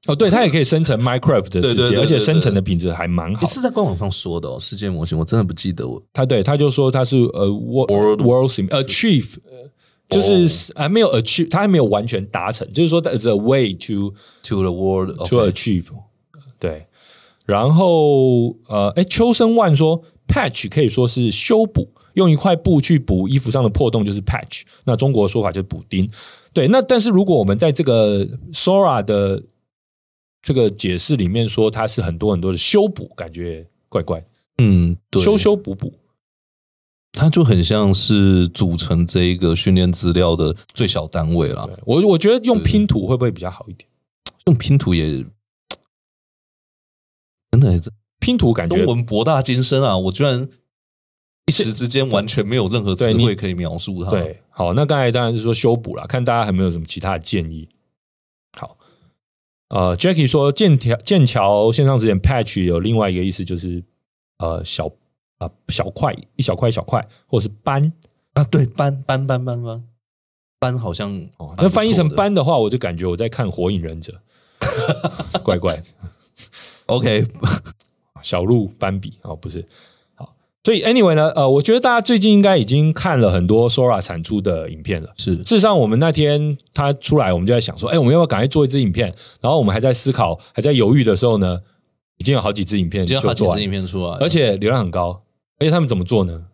Speaker 3: 哦，对，它也可以生成 Minecraft 的世
Speaker 4: 对对
Speaker 3: 界，而
Speaker 4: 对
Speaker 3: 且
Speaker 4: 对对
Speaker 3: 生成的品质还蛮好
Speaker 4: 你。是在官网上说的哦，世界模型，我真的不记得我。
Speaker 3: 他对他就说他是呃 world world sim achieve，呃
Speaker 4: 哦
Speaker 3: 就是还没有 achieve，他还没有完全达成，就是说 the way to
Speaker 4: To the world of
Speaker 3: to achieve，对。然后呃，哎，秋生万说 patch 可以说是修补，用一块布去补衣服上的破洞就是 patch。那中国说法就是补丁。对，那但是如果我们在这个 Sora 的这个解释里面说它是很多很多的修补，感觉怪怪，
Speaker 4: 嗯，对，
Speaker 3: 修修补补。
Speaker 4: 它就很像是组成这一个训练资料的最小单位啦
Speaker 3: 对。啊我我觉得用拼图会不会比较好一点？
Speaker 4: 用拼图也真的这
Speaker 3: 拼图感觉
Speaker 4: 中文博大精深啊！我居然一时之间完全没有任何词
Speaker 3: 对你
Speaker 4: 汇可以描述它。，
Speaker 3: 对，好，那刚才当然是说修补了，看大家还没有什么其他的建议。好，呃，Jackie 说剑桥剑桥线上之前 patch 有另外一个意思就是呃小啊、小块一小块一小块，或者是斑。
Speaker 4: 啊，对，班班班班班班好像哦，
Speaker 3: 那翻译成
Speaker 4: 班
Speaker 3: 斑的话，我就感觉我在看《火影忍 [laughs] 者》，怪怪的。
Speaker 4: ，OK，
Speaker 3: 小鹿斑比哦，不是。好，所以 anyway 呢，呃，我觉得大家最近应该已经看了很多 Sora 产出的影片了。
Speaker 4: 是
Speaker 3: 事实上，我们那天他出来，我们就在想说，哎、我们要不要赶快做一支影片？然后我们还在思考，还在犹豫的时候呢，已经有好几支影片
Speaker 4: 已经
Speaker 3: 就
Speaker 4: 有好几
Speaker 3: 做完
Speaker 4: 支
Speaker 3: 了，
Speaker 4: 影片出来了，
Speaker 3: 而且流量很高。而且他们怎么做呢？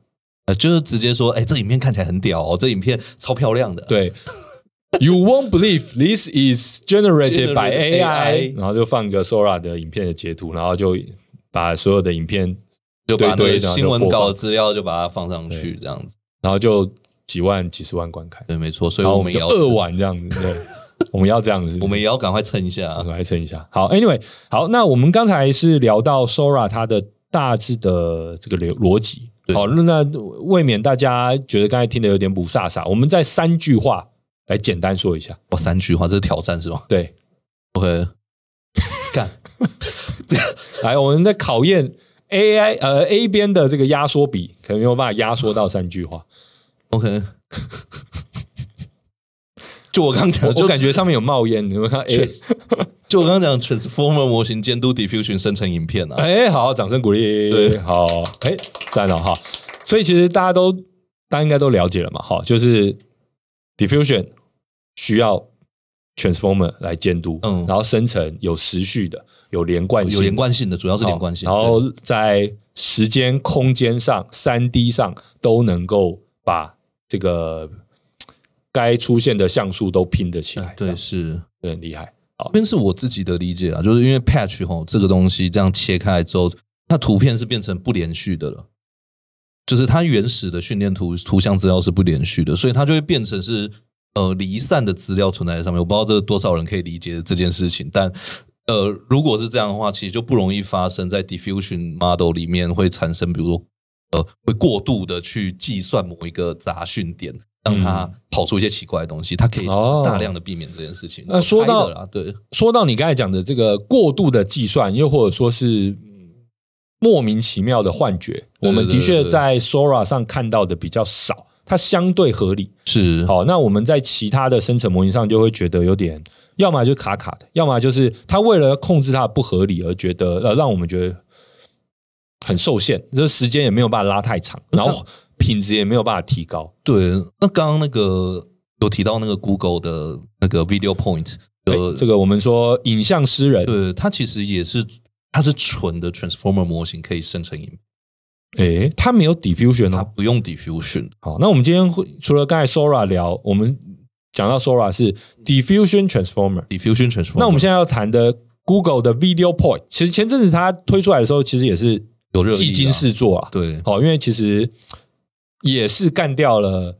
Speaker 4: 呃，就是直接说，哎、这影片看起来很屌哦，这影片超漂亮的，，
Speaker 3: 对。You won't believe this is generated by AI，,
Speaker 4: Generated AI
Speaker 3: 然后就放个 Sora 的影片的截图，然后就把所有的影片，
Speaker 4: 就把那
Speaker 3: 对对
Speaker 4: 个
Speaker 3: 然后就
Speaker 4: 新闻
Speaker 3: 播放
Speaker 4: 稿的资料就把它放上去，
Speaker 3: 对
Speaker 4: 这样子，
Speaker 3: 然后就几万、几十万观看，
Speaker 4: 对，没错，所以
Speaker 3: 然后
Speaker 4: 我
Speaker 3: 我
Speaker 4: 们
Speaker 3: 们
Speaker 4: 也
Speaker 3: 就
Speaker 4: 要
Speaker 3: 二晚这样子，对，我们要这样子，
Speaker 4: [laughs] 我们也要赶快蹭一下
Speaker 3: 我
Speaker 4: 啊，
Speaker 3: 们来蹭一下。好，Anyway，好，那我们刚才是聊到 Sora 它的大致的这个流逻辑。
Speaker 4: 对
Speaker 3: 好，那那未免大家觉得刚才听的有点不飒飒，我们再三句话来简单说一下。
Speaker 4: 哦，三句话，这是挑战是吗
Speaker 3: 对，
Speaker 4: ？OK，干，
Speaker 3: 来，我们在考验 AI 呃 A 边的这个压缩比，可能没有办法压缩到三句话。
Speaker 4: OK，就我刚讲，
Speaker 3: 我
Speaker 4: 就
Speaker 3: 就感觉上面有冒烟，你们看 A
Speaker 4: 就我刚刚讲 Transformer 模型监督 diffusion 生成影片啊，
Speaker 3: 哎，好，掌声鼓励，
Speaker 4: 对
Speaker 3: 好，哎，赞了哈。所以其实大家都大家应该都了解了嘛，哈，就是 diffusion 需要 transformer 来监督，
Speaker 4: 嗯
Speaker 3: 然后生成有时序的、有连贯性、
Speaker 4: 有连贯性的，主要是
Speaker 3: 好
Speaker 4: 连贯性。
Speaker 3: 然后在时间、空间上、三 D 上都能够把这个该出现的像素都拼得起来，
Speaker 4: 哎对对是，
Speaker 3: 这样，很厉害。
Speaker 4: 这边是我自己的理解啊，就是因为 patch 吼这个东西这样切开之后，它图片是变成不连续的了，就是它原始的训练图图像资料是不连续的，所以它就会变成是呃离散的资料存在在上面。我不知道这多少人可以理解这件事情，但呃如果是这样的话，其实就不容易发生在 diffusion model 里面会产生，比如说呃会过度的去计算某一个杂讯点。让它跑出一些奇怪的东西，它可以
Speaker 3: 嗯哦
Speaker 4: 大量的避免这件事情。
Speaker 3: 那说
Speaker 4: 我猜的
Speaker 3: 到
Speaker 4: 啦，对，
Speaker 3: 说到你刚才讲的这个过度的计算，又或者说是嗯莫名其妙的幻觉，
Speaker 4: 对
Speaker 3: 我们的
Speaker 4: 对
Speaker 3: 确
Speaker 4: 对
Speaker 3: 在 Sora 上看到的比较少，它相对合理。
Speaker 4: 是，
Speaker 3: 好，那我们在其他的生成模型上就会觉得有点，要么就卡卡的，要么就是它为了控制它的不合理而觉得呃，让我们觉得很受限，这时间也没有办法拉太长，
Speaker 4: 嗯
Speaker 3: 然后品质也没有办法提高。
Speaker 4: 对。那刚刚那个有提到那个 Google 的那个 Video Point，
Speaker 3: 对，哎这个我们说影像诗人，
Speaker 4: 呃对，它其实也是它是纯的 Transformer 模型，可以生成影片，
Speaker 3: 诶，它没有 diffusion
Speaker 4: 它
Speaker 3: 哦，
Speaker 4: 不用 Diffusion。
Speaker 3: 好，那我们今天会除了刚才 Sora 聊，我们讲到 Sora 是 diffusion transformer，
Speaker 4: Diffusion Transformer，
Speaker 3: 那我们现在要谈的 Google 的 Video Point，其实前阵子它推出来的时候，其实也是
Speaker 4: 有热议啊
Speaker 3: 技惊四座啊。
Speaker 4: 对
Speaker 3: 好，因为其实也是干掉了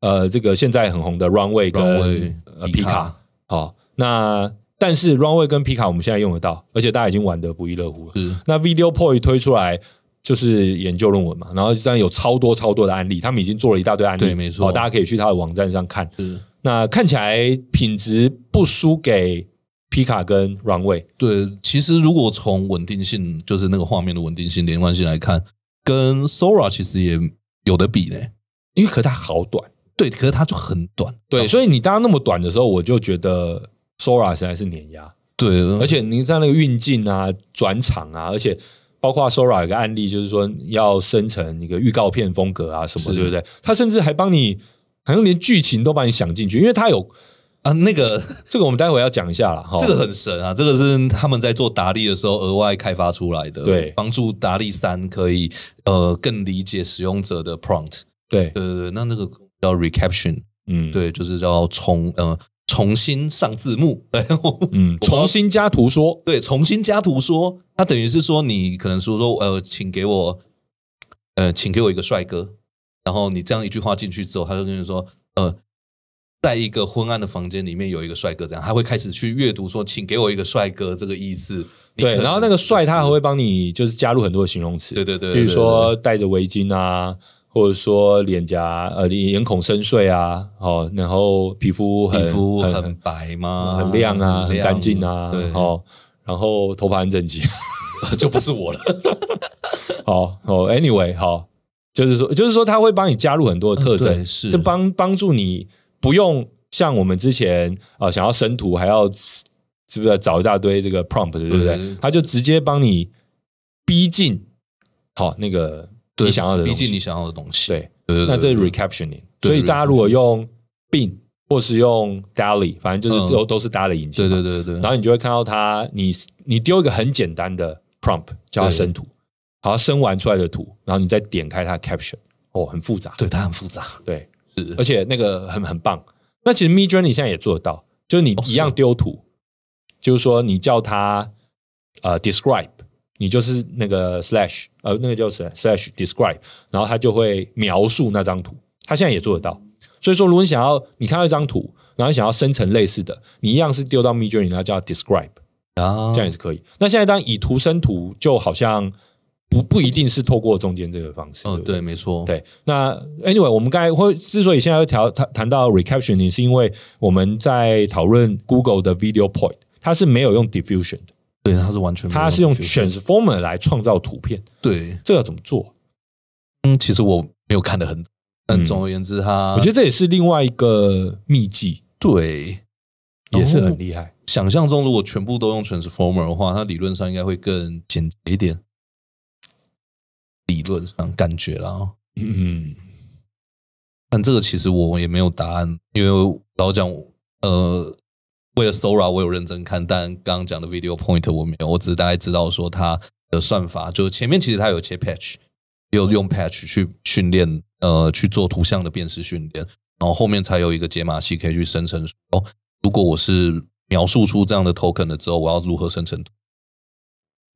Speaker 3: 呃这个现在很红的 Runway 跟
Speaker 4: Runway
Speaker 3: 呃
Speaker 4: 皮
Speaker 3: 皮
Speaker 4: 卡
Speaker 3: 卡。好，那但是 Runway 跟皮卡我们现在用得到，而且大家已经玩得不亦乐乎了。
Speaker 4: 是
Speaker 3: 那 Video Point 推出来就是研究论文嘛，然后这样有超多超多的案例，他们已经做了一大堆案例，
Speaker 4: 对没错
Speaker 3: 好大家可以去他的网站上看。
Speaker 4: 是，
Speaker 3: 那看起来品质不输给皮卡跟 Runway，
Speaker 4: 对。其实如果从稳定性，就是那个画面的稳定性、连贯性来看，跟 Sora 其实也有的比呢。
Speaker 3: 因为可它好短，
Speaker 4: 对，可是它就很短。
Speaker 3: 对，所以你搭那么短的时候，我就觉得 Sora 实在是碾压，
Speaker 4: 对，呃
Speaker 3: 而且你在那个运镜啊、转场啊，而且。包括 Sora 有个案例，就是说要生成一个预告片风格啊什么，
Speaker 4: 是
Speaker 3: 对不对？他甚至还帮你，好像连剧情都帮你想进去，因为他有
Speaker 4: 啊，那个
Speaker 3: 这个我们待会要讲一下了哈。
Speaker 4: 这个很神啊！这个是他们在做达利的时候额外开发出来的，
Speaker 3: 对
Speaker 4: 帮助达利三可以呃更理解使用者的 prompt。
Speaker 3: 对，
Speaker 4: 对对对，那那个叫 recaption，
Speaker 3: 嗯，，
Speaker 4: 对，就是叫重呃重新上字幕， [laughs] 对，我
Speaker 3: 嗯，重新加图说，
Speaker 4: 对重新加图说，它等于是说你可能说说呃，请给我呃，请给我一个帅哥，然后你这样一句话进去之后，他就跟你说呃。在一个昏暗的房间里面有一个帅哥，这样他会开始去阅读说，请给我一个帅哥这个意思。你
Speaker 3: 对，
Speaker 4: 可能
Speaker 3: 然后那个帅他还
Speaker 4: 是
Speaker 3: 会帮你就是加入很多的形容词，
Speaker 4: 对对对，
Speaker 3: 比如
Speaker 4: 对
Speaker 3: 说戴着围巾啊，或者说脸颊呃脸眼孔深邃啊，哦，然后皮肤
Speaker 4: 对
Speaker 3: 很
Speaker 4: 皮肤
Speaker 3: 很
Speaker 4: 很白嘛，
Speaker 3: 很亮啊，很干净啊
Speaker 4: 对，，
Speaker 3: 哦，然后头发很整齐， [laughs]
Speaker 4: 就不是我了。
Speaker 3: 好哦，anyway，好，就是说就是说他会帮你加入很多的特征
Speaker 4: 嗯对，是
Speaker 3: 这帮帮助你不用像我们之前啊、呃想要生图还要是不是找一大堆这个 prompt 对不
Speaker 4: 对
Speaker 3: 对？他就直接帮你逼近好那个
Speaker 4: 对
Speaker 3: 你想要的东
Speaker 4: 毕
Speaker 3: 西，
Speaker 4: 竟你想要的东西。
Speaker 3: 对，
Speaker 4: 对，对
Speaker 3: 那这是
Speaker 4: 对
Speaker 3: recaptioning。
Speaker 4: 对
Speaker 3: 所以大家如果用 bin 或是用 dali，反正就是
Speaker 4: 嗯
Speaker 3: 都、都是 dali 引擎
Speaker 4: 对
Speaker 3: 嘛，
Speaker 4: 对对对，
Speaker 3: 然后你就会看到它，你你丢一个很简单的 prompt 叫它生图，好，它生完出来的图，然后你再点开它的 caption，哦，很复杂，
Speaker 4: 对，它很复杂，
Speaker 3: 对，
Speaker 4: 是
Speaker 3: 而且那个很很棒。那其实 Mid Journey 现在也做得到，就是你一样
Speaker 4: 是
Speaker 3: 丢图，就是说你叫它呃 describe，你就是那个 slash 呃那个叫 slash slash describe，然后它就会描述那张图，它现在也做得到。所以说，如果你想要你看到一张图，然后你想要生成类似的，你一样是丢到 Mid Journey，然后叫它 describe，
Speaker 4: 啊
Speaker 3: 这样也是可以。那现在当然以图生图，就好像不不一定是透过中间这个方式，
Speaker 4: 嗯，
Speaker 3: 对不对
Speaker 4: 对，没错，，
Speaker 3: 对，那 anyway，我们刚才会之所以现在要调谈谈到 recaptioning，是因为我们在讨论 Google 的 Video Point，它是没有用 diffusion 的，
Speaker 4: 对，它是完全没有
Speaker 3: 它是用
Speaker 4: diffusion
Speaker 3: transformer 来创造图片，
Speaker 4: 对，
Speaker 3: 这要怎么做？
Speaker 4: 嗯，其实我没有看得很，但
Speaker 3: 嗯
Speaker 4: 总而言之，它
Speaker 3: 我觉得这也是另外一个秘技，
Speaker 4: 对，
Speaker 3: 也是很厉害。
Speaker 4: 想象中如果全部都用 transformer 的话，它理论上应该会更简洁一点。理论上感觉啦，哦
Speaker 3: 嗯，
Speaker 4: 但这个其实我也没有答案，因为老实讲，呃，为了 Sora 我有认真看，但刚刚讲的 Video Point 我没有，我只是大概知道说它的算法，就是前面其实它有切 Patch，有用 Patch 去训练，呃，去做图像的辨识训练，然后后面才有一个解码器可以去生成说哦，如果我是描述出这样的 token 了之后，我要如何生成图？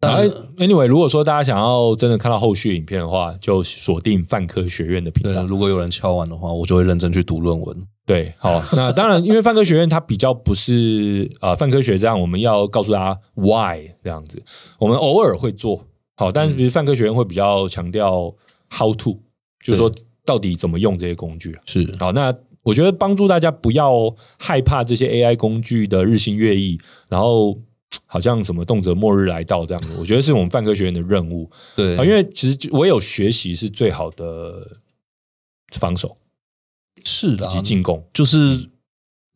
Speaker 3: 然
Speaker 4: 当
Speaker 3: 后
Speaker 4: 然
Speaker 3: anyway，如果说大家想要真的看到后续影片的话，就锁定范科学院的频
Speaker 4: 对，啊
Speaker 3: 道。
Speaker 4: 如果有人敲完的话，我就会认真去读论文。
Speaker 3: 对，好，那当然，因为泛科学院它比较不是呃泛科学这样，我们要告诉大家 why 这样子，我们偶尔会做好，但是比如泛科学院会比较强调 how to，就是说到底怎么用这些工具啊
Speaker 4: 是
Speaker 3: 好，那我觉得帮助大家不要害怕这些 AI 工具的日新月异，然后好像什么动辄末日来到这样子，我觉得是我们泛科学院的任务
Speaker 4: 对，
Speaker 3: 啊，因为其实就唯有学习是最好的防守
Speaker 4: 是的、啊
Speaker 3: 以及进攻。
Speaker 4: 就是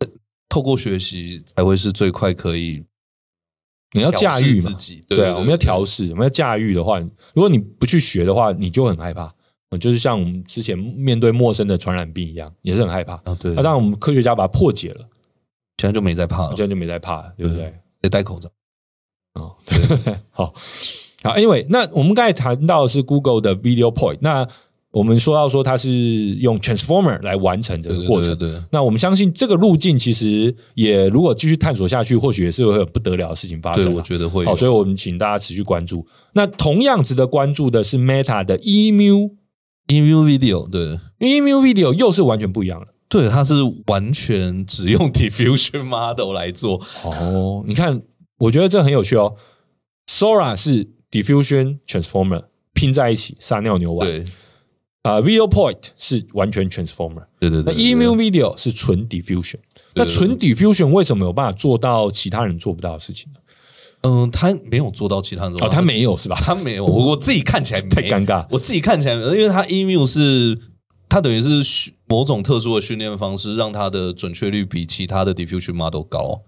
Speaker 4: 呃透过学习才会是最快可以
Speaker 3: 你要驾驭嘛
Speaker 4: 调试自，己，对
Speaker 3: 对啊，我们要调试，我们要驾驭的话，如果你不去学的话，你就很害怕。呃就是像我们之前面对陌生的传染病一样，也是很害怕。
Speaker 4: 啊，对，啊
Speaker 3: 那、当然，我们科学家把它破解了，
Speaker 4: 现在就没在怕
Speaker 3: 好
Speaker 4: 了，
Speaker 3: 像就没再怕了，对不对？
Speaker 4: 得戴口罩。
Speaker 3: 哦，对， [laughs] 好，好，Anyway，那我们刚才谈到的是 Google 的 Video Point，那我们说到说它是用 Transformer 来完成这
Speaker 4: 对
Speaker 3: 个
Speaker 4: 对
Speaker 3: 过
Speaker 4: 对
Speaker 3: 程。
Speaker 4: 对，对
Speaker 3: 那我们相信这个路径其实也如果继续探索下去，或许也是会有不得了的事情发生
Speaker 4: 对
Speaker 3: 啊。
Speaker 4: 我觉得会有
Speaker 3: 好，所以我们请大家持续关注。那同样值得关注的是 Meta 的 E Emu
Speaker 4: ，in-view video，对
Speaker 3: Emu E Video 又是完全不一样了。
Speaker 4: 对，它是完全只用 diffusion model 来
Speaker 3: [laughs]
Speaker 4: 做，
Speaker 3: 哦，你看，我觉得这很有趣哦。Sora 是 Diffusion Transformer 拼在一起撒尿牛丸，
Speaker 4: 对
Speaker 3: 啊、v i d e o Point 是完全 Transformer，
Speaker 4: 对对
Speaker 3: 那
Speaker 4: 对
Speaker 3: Emu Video 是纯 Diffusion。那
Speaker 4: 对
Speaker 3: 纯 Diffusion 为什么有办法做到其他人做不到的事情呢？
Speaker 4: 嗯，他没有做到其他人做
Speaker 3: 哦，
Speaker 4: 到，
Speaker 3: 他没有是吧？
Speaker 4: 他没有，我我自己看起来
Speaker 3: [laughs] 太
Speaker 4: 啊没
Speaker 3: 尴尬。
Speaker 4: 我自己看起来，因为它 emu 是它等于是训某种特殊的训练方式，让它的准确率比其他的 diffusion model 高，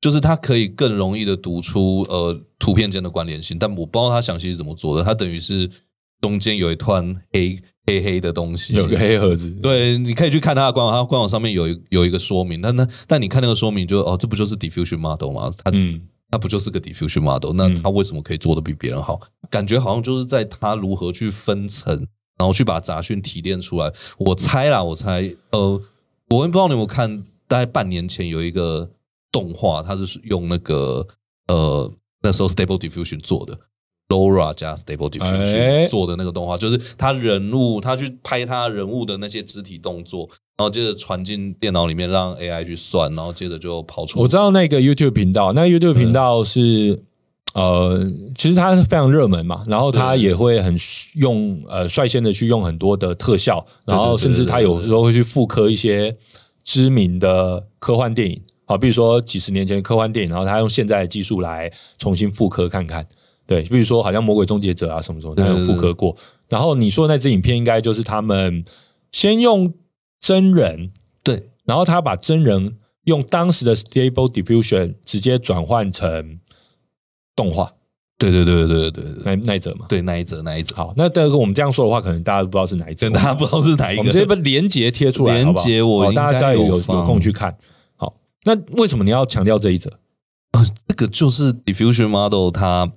Speaker 4: 就是它可以更容易的读出呃图片间的关联性。但我不知道它详细是怎么做的，它等于是中间有一团黑黑黑的东西，
Speaker 3: 有个黑盒子，
Speaker 4: 对，你可以去看它的官网，它官网上面有一有一个说明。那那但你看那个说明就哦，这不就是 diffusion model 吗？它
Speaker 3: 嗯，
Speaker 4: 那不就是个 diffusion model？那
Speaker 3: 嗯
Speaker 4: 他为什么可以做的比别人好？感觉好像就是在他如何去分层，然后去把杂讯提炼出来。我猜啦，我猜，呃，我也不知道你有没有看，大概半年前有一个动画，它是用那个呃那时候 Stable Diffusion 做的。Laura 加 Stable Diffusion
Speaker 3: 哎
Speaker 4: 做的那个动画，就是他人物，他去拍他人物的那些肢体动作，然后接着传进电脑里面，让 AI 去算，然后接着就跑出。
Speaker 3: 我知道那个 YouTube 频道，那 YouTube 频道是呃，其实它非常热门嘛，然后它
Speaker 4: 对
Speaker 3: 也会很用呃率先的去用很多的特效，然后
Speaker 4: 对对对
Speaker 3: 甚至它
Speaker 4: 对对
Speaker 3: 有时候会去复刻一些知名的科幻电影，好，比如说几十年前的科幻电影，然后它用现在的技术来重新复刻看看。对，比如说好像《魔鬼终结者》啊什么什么，它有复刻过。然后你说那支影片应该就是他们先用真人
Speaker 4: 对，
Speaker 3: 然后他把真人用当时的 Stable Diffusion 直接转换成动画
Speaker 4: 对对对对对对对
Speaker 3: 那那一则嘛。
Speaker 4: 对那一则那一则，
Speaker 3: 好，那这个我们这样说的话，可能大家都不知道是哪一则。
Speaker 4: 真的大家不知道是哪一
Speaker 3: 我
Speaker 4: 个。
Speaker 3: 们直接把连接贴出来，好不好
Speaker 4: 连结我
Speaker 3: 好
Speaker 4: 应该
Speaker 3: 大家再有
Speaker 4: 有
Speaker 3: 有
Speaker 4: 放
Speaker 3: 空去看。好，那为什么你要强调这一则？
Speaker 4: 这个就是 diffusion model 它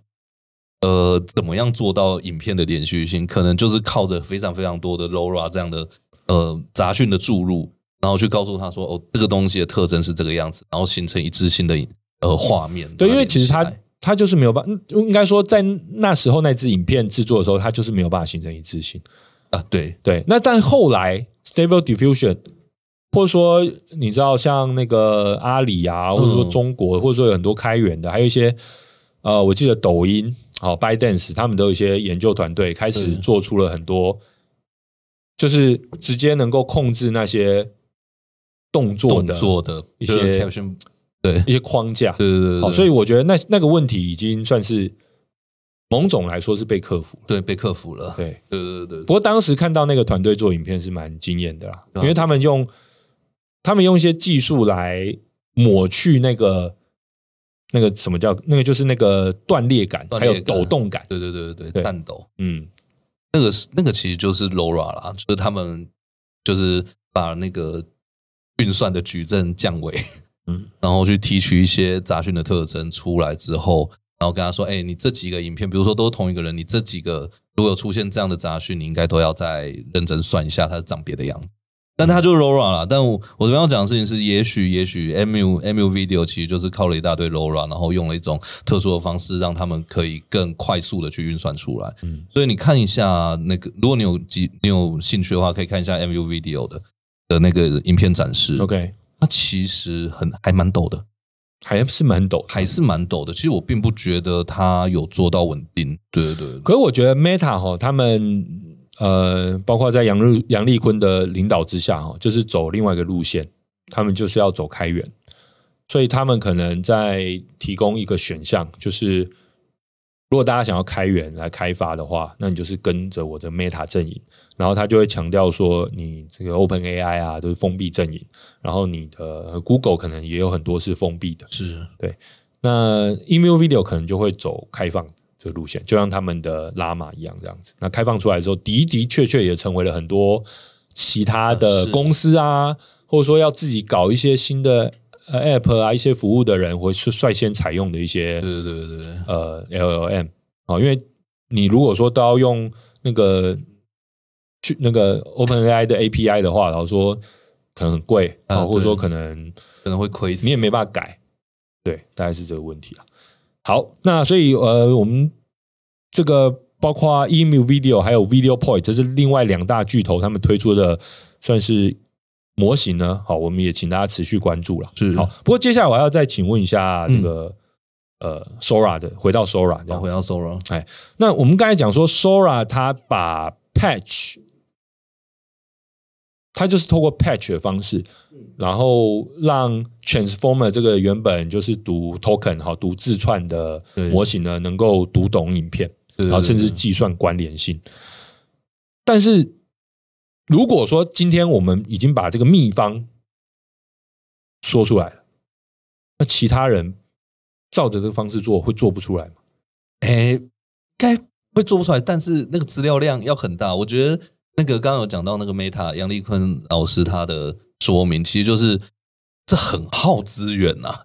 Speaker 4: 呃，怎么样做到影片的连续性？可能就是靠着非常非常多的 LoRa 这样的呃杂讯的注入，然后去告诉他说，哦，这个东西的特征是这个样子，然后形成一致性的呃画面。
Speaker 3: 对，
Speaker 4: 把它
Speaker 3: 因为
Speaker 4: 连
Speaker 3: 其实
Speaker 4: 起
Speaker 3: 他
Speaker 4: 来
Speaker 3: 他就是没有办，嗯应该说在那时候那支影片制作的时候，他就是没有办法形成一致性。
Speaker 4: 啊，对，
Speaker 3: 对，那但后来 Stable Diffusion，或者说你知道像那个阿里啊，
Speaker 4: 嗯
Speaker 3: 或者说中国，或者说有很多开源的，还有一些呃，我记得抖音、好、哦、ByteDance，他们都有一些研究团队开始
Speaker 4: 对
Speaker 3: 做出了很多，就是直接能够控制那些动作
Speaker 4: 动
Speaker 3: 的
Speaker 4: 作的
Speaker 3: 一
Speaker 4: 就是
Speaker 3: 些
Speaker 4: caption，对
Speaker 3: 一些框架。
Speaker 4: 对对对
Speaker 3: 好，
Speaker 4: 对，
Speaker 3: 所以我觉得那那个问题已经算是某种来说是被克服了。
Speaker 4: 对被克服了。
Speaker 3: 对，
Speaker 4: 啊对对对
Speaker 3: 不过当时看到那个团队做影片是蛮惊艳的啦，
Speaker 4: 对
Speaker 3: 因
Speaker 4: 啊
Speaker 3: 为他们用他们用一些技术来抹去那个那个什么叫那个就是那个断裂感，
Speaker 4: 断
Speaker 3: 还
Speaker 4: 裂
Speaker 3: 有
Speaker 4: 感
Speaker 3: 抖动感。
Speaker 4: 对对对对
Speaker 3: 对
Speaker 4: 对，颤抖。
Speaker 3: 嗯，
Speaker 4: 那个是那个其实就是 LoRa 啦，就是他们就是把那个运算的矩阵降维，
Speaker 3: 嗯
Speaker 4: 嗯，然后去提取一些杂讯的特征出来之后，然后跟他说，哎、你这几个影片，比如说都是同一个人，你这几个如果有出现这样的杂讯，你应该都要再认真算一下它是长别的样子。但它就是 LoRa 啦，但我我这边要讲的事情是，也许也许 MU MU Video 其实就是靠了一大堆 LoRa，然后用了一种特殊的方式，让他们可以更快速的去运算出来。所以你看一下那个，如果你有几你有兴趣的话，可以看一下 MU Video 的的那个影片展示。
Speaker 3: ，OK，
Speaker 4: 它其实很还蛮陡的，
Speaker 3: 还是蛮抖的。
Speaker 4: 还是蛮陡的。其实我并不觉得它有做到稳定。对对对，
Speaker 3: 可是我觉得 Meta 哈，他们呃，包括在杨日杨立坤的领导之下哈，就是走另外一个路线，他们就是要走开源，所以他们可能在提供一个选项，就是如果大家想要开源来开发的话，那你就是跟着我的 Meta 阵营，然后他就会强调说，你这个 Open AI 啊都是封闭阵营，然后你的呃 Google 可能也有很多是封闭的，
Speaker 4: 是
Speaker 3: 那 email video 可能就会走开放这个路线，就像他们的拉玛一样这样子。那开放出来之后，的的确确也成为了很多其他的
Speaker 4: 呃是
Speaker 3: 公司啊，或者说要自己搞一些新的呃 app 啊，一些服务的人会率率先采用的一些
Speaker 4: 对对对对，
Speaker 3: 呃 LLM 哦，因为你如果说都要用那个去那个 OpenAI 的 API 的话，然后说可能很贵啊，
Speaker 4: 啊
Speaker 3: 或者说
Speaker 4: 对
Speaker 3: 可能
Speaker 4: 可能会亏死。
Speaker 3: 你也没办法改。对，大概是这个问题啊。好，那所以呃，我们这个包括 Emu Video 还有 Video Point，这是另外两大巨头他们推出的算是模型呢。好，我们也请大家持续关注了。
Speaker 4: 是
Speaker 3: 好，不过接下来我还要再请问一下这个、呃 Sora 的，回到 Sora 这
Speaker 4: 然
Speaker 3: 样
Speaker 4: 后哦回
Speaker 3: 子。
Speaker 4: 到 Sora，
Speaker 3: 那我们刚才讲说 Sora 它把 Patch，它就是透过 Patch 的方式，然后让 Transformer 这个原本就是读 token 哈读字串的
Speaker 4: 对
Speaker 3: 模型呢，能够读懂影片，
Speaker 4: 对对
Speaker 3: 然后甚至
Speaker 4: 对
Speaker 3: 计算关联性。但是如果说今天我们已经把这个秘方说出来了，那其他人照着这个方式做会做不出来吗？
Speaker 4: 哎，该会做不出来，但是那个资料量要很大。我觉得那个刚刚有讲到那个 Meta 杨立坤老师他的说明，其实就是这很耗资源呐、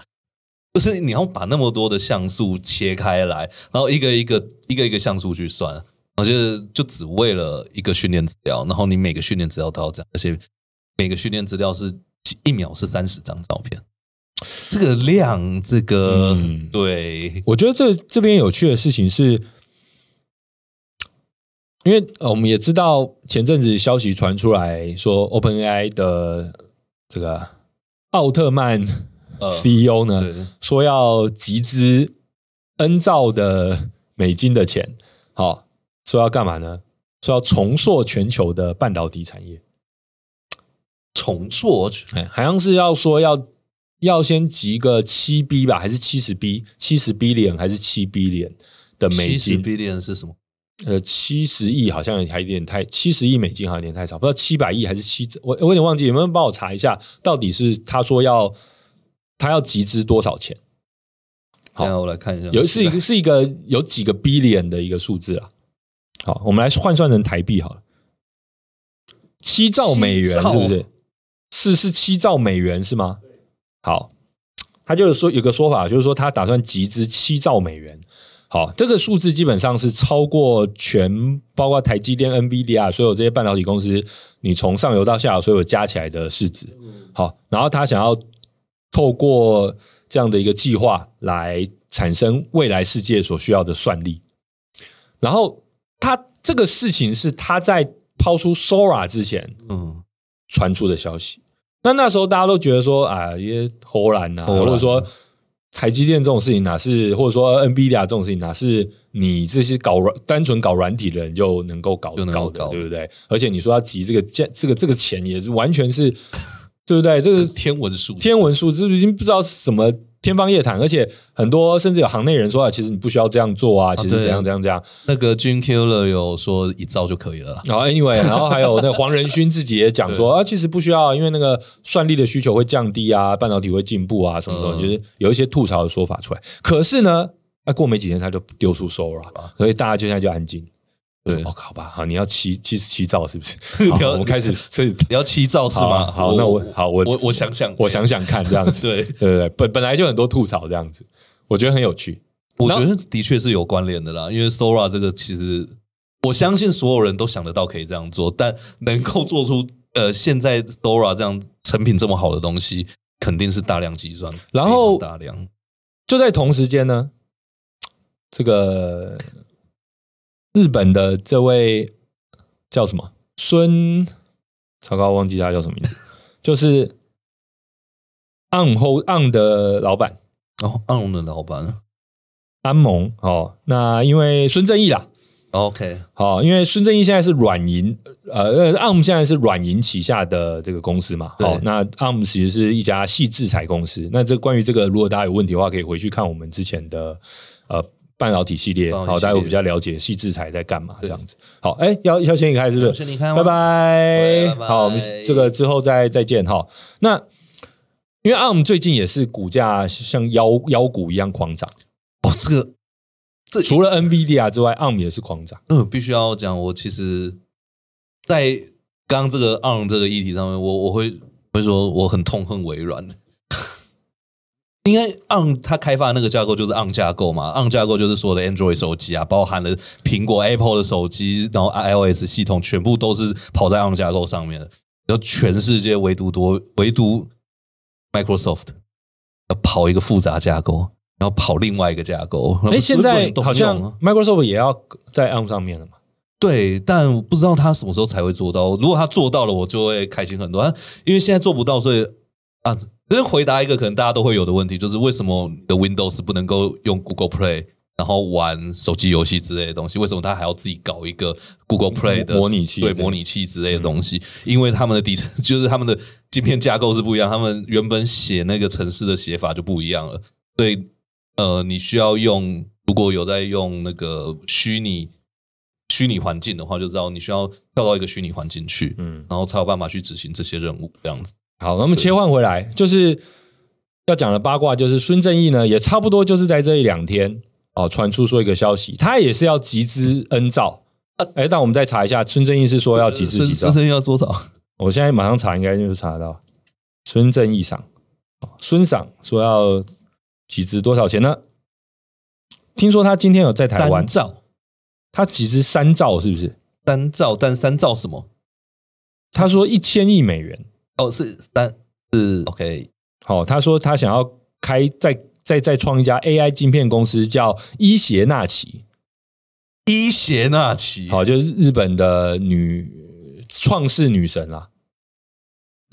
Speaker 4: 就是你要把那么多的像素切开来，然后一个一个一个一个像素去算，然后就是就只为了一个训练资料，然后你每个训练资料都要这样，而且每个训练资料是几一秒是三十张照片，这个量，这个、
Speaker 3: 嗯
Speaker 4: 对
Speaker 3: 我觉得这这边有趣的事情是，因为呃我们也知道前阵子消息传出来说，OpenAI 的这个奥特曼
Speaker 4: 呃
Speaker 3: CEO 呢，
Speaker 4: 对。
Speaker 3: 说要集资 N 兆的美金的钱，好，说要干嘛呢？说要重塑全球的半导体产业，
Speaker 4: 重塑，
Speaker 3: 哎，好像是要说要要先集个七 B 吧，还是七十 B？七十 B 脸还是七 B 脸的美
Speaker 4: 七十
Speaker 3: 金？
Speaker 4: billion 是什么？
Speaker 3: 呃，七十亿好像还有点太，七十亿美金好像有点太少，不知道七百亿还是七，我我有点忘记，有没有人帮我查一下，到底是他说要他要集资多少钱？好
Speaker 4: 等一下我来看一下，
Speaker 3: 有是一个是一个有几个 billion 的一个数字啊。好，我们来换算成台币好了，七兆啊美元
Speaker 4: 七兆
Speaker 3: 是不是？是是七兆美元是吗？好，他就是说有个说法，就是说他打算集资七兆美元。好，这个数字基本上是超过全包括台积电、NVIDIA 所有这些半导体公司，你从上游到下游所有加起来的市值。好，然后他想要透过这样的一个计划来产生未来世界所需要的算力。然后他这个事情是他在抛出 Sora 之前
Speaker 4: 嗯，
Speaker 3: 传出的消息。那那时候大家都觉得说啊，也侯然啊，
Speaker 4: 侯然
Speaker 3: 或者说台积电这种事情哪是，或者说 NVIDIA 这种事情哪是你这些搞软单纯搞软体的人就能够搞
Speaker 4: 就能够
Speaker 3: 搞的，
Speaker 4: 搞
Speaker 3: 对不对？而且你说要集这个价，这个这个钱也是完全是，对不对？这个
Speaker 4: 天文数，
Speaker 3: 天文数字已经不知道是什么天方夜谭，而且很多甚至有行内人说啊，其实你不需要这样做啊，其实
Speaker 4: 对
Speaker 3: 怎样怎样怎样。
Speaker 4: 那个 Jim Killer 有说一兆就可以了啦，
Speaker 3: 然后 anyway，然后还有那个黄仁勋自己也讲 [laughs] 说啊，其实不需要，因为那个算力的需求会降低啊，半导体会进步啊，什么什么，
Speaker 4: 嗯
Speaker 3: 就是有一些吐槽的说法出来。可是呢，那、过没几天他就丢出 Sora，所以大家就现在就安静。
Speaker 4: 对？
Speaker 3: 啊我、哦、好吧，好，你要七七十七兆是 [laughs] 不是 [laughs] 好，
Speaker 4: 你要
Speaker 3: 我们开始这
Speaker 4: 你要七兆是吗？
Speaker 3: 好好那我好我
Speaker 4: 我我想想，
Speaker 3: 我想想看，这样子，
Speaker 4: [laughs] 对，
Speaker 3: [laughs] 对对对，本本来就很多吐槽这样子，我觉得很有趣。
Speaker 4: 我觉得的确是有关联的啦，因为 Sora 这个其实我相信所有人都想得到可以这样做，但能够做出呃现在 Sora 这样成品这么好的东西，肯定是大量计算，
Speaker 3: 然后
Speaker 4: 非常大量
Speaker 3: 就在同时间呢，这个日本的这位叫什么孙，糟糕，忘记他叫什么名字， [laughs] 就是 on 后 on 的老板
Speaker 4: 哦，安荣的老板
Speaker 3: 安蒙哦。那因为孙正义啦，
Speaker 4: ，OK，
Speaker 3: 哦，因为孙正义现在是软银，呃呃，ARM 现在是软银旗下的这个公司嘛。
Speaker 4: 对
Speaker 3: 哦，那 ARM 其实是一家细制裁公司。那这关于这个，如果大家有问题的话，可以回去看我们之前的呃半导体系列，
Speaker 4: 半导体
Speaker 3: 好、
Speaker 4: 系列
Speaker 3: 大家会比较了解细制裁在干嘛这样子。好，哎，要要先离开是不
Speaker 4: 我
Speaker 3: 是？
Speaker 4: 先离开哦，
Speaker 3: 拜拜
Speaker 4: 对拜拜
Speaker 3: 好，我们这个之后再再见哈。那因为 ARM 最近也是股价像妖妖股一样狂涨，
Speaker 4: 哦，这个这
Speaker 3: 除了 NVIDIA 之外，ARM 也是狂涨。
Speaker 4: 嗯，必须要讲，我其实，在刚刚这个 on 这个议题上面，我我会会说我很痛恨微软。应该 on 它开发的那个架构就是 on 架构嘛，on 架构就是所有的 Android 手机啊，包含了苹果 Apple 的手机，然后 iOS 系统全部都是跑在 on 架构上面的，然后全世界唯独多唯独 Microsoft 要跑一个复杂架构，然后跑另外一个架构。
Speaker 3: 哎，现在
Speaker 4: 都不
Speaker 3: 好
Speaker 4: 能用啊
Speaker 3: 像 Microsoft 也要在 ARM 上面了嘛？
Speaker 4: 对，但不知道他什么时候才会做到。如果他做到了，我就会开心很多。他啊因为现在做不到，所以啊，只是回答一个可能大家都会有的问题，就是为什么你的 Windows 不能够用 Google Play，然后玩手机游戏之类的东西？为什么他还要自己搞一个 Google Play 的
Speaker 3: 模模拟器
Speaker 4: 对，
Speaker 3: 这样嗯
Speaker 4: 模拟器之类的东西，因为他们的底层 [laughs] 就是他们的晶片架构是不一样，他们原本写那个程式的写法就不一样了，所以呃，你需要用如果有在用那个虚拟虚拟环境的话，就知道你需要跳到一个虚拟环境去，
Speaker 3: 嗯，
Speaker 4: 然后才有办法去执行这些任务，这样子。
Speaker 3: 好，那么切换回来，就是要讲的八卦，就是孙正义呢，也差不多就是在这一两天哦，传出说一个消息，他也是要集资 N 兆。
Speaker 4: 啊
Speaker 3: 哎，但我们再查一下，孙正义是说要集资几兆
Speaker 4: 深？深要多少？
Speaker 3: 我现在马上查，应该就查得到。孙正义赏，哦孙赏说要集资多少钱呢？听说他今天有在台湾
Speaker 4: 三，兆，
Speaker 3: 他集资三兆，是不是？
Speaker 4: 三兆，但三兆什么？
Speaker 3: 他说一千亿美元。
Speaker 4: 哦，是三是 OK，
Speaker 3: 好、他说他想要开再再再创一家 AI 晶片公司，叫伊邪那岐，
Speaker 4: 伊邪那岐，
Speaker 3: 好、就是日本的女创世女神啊啦、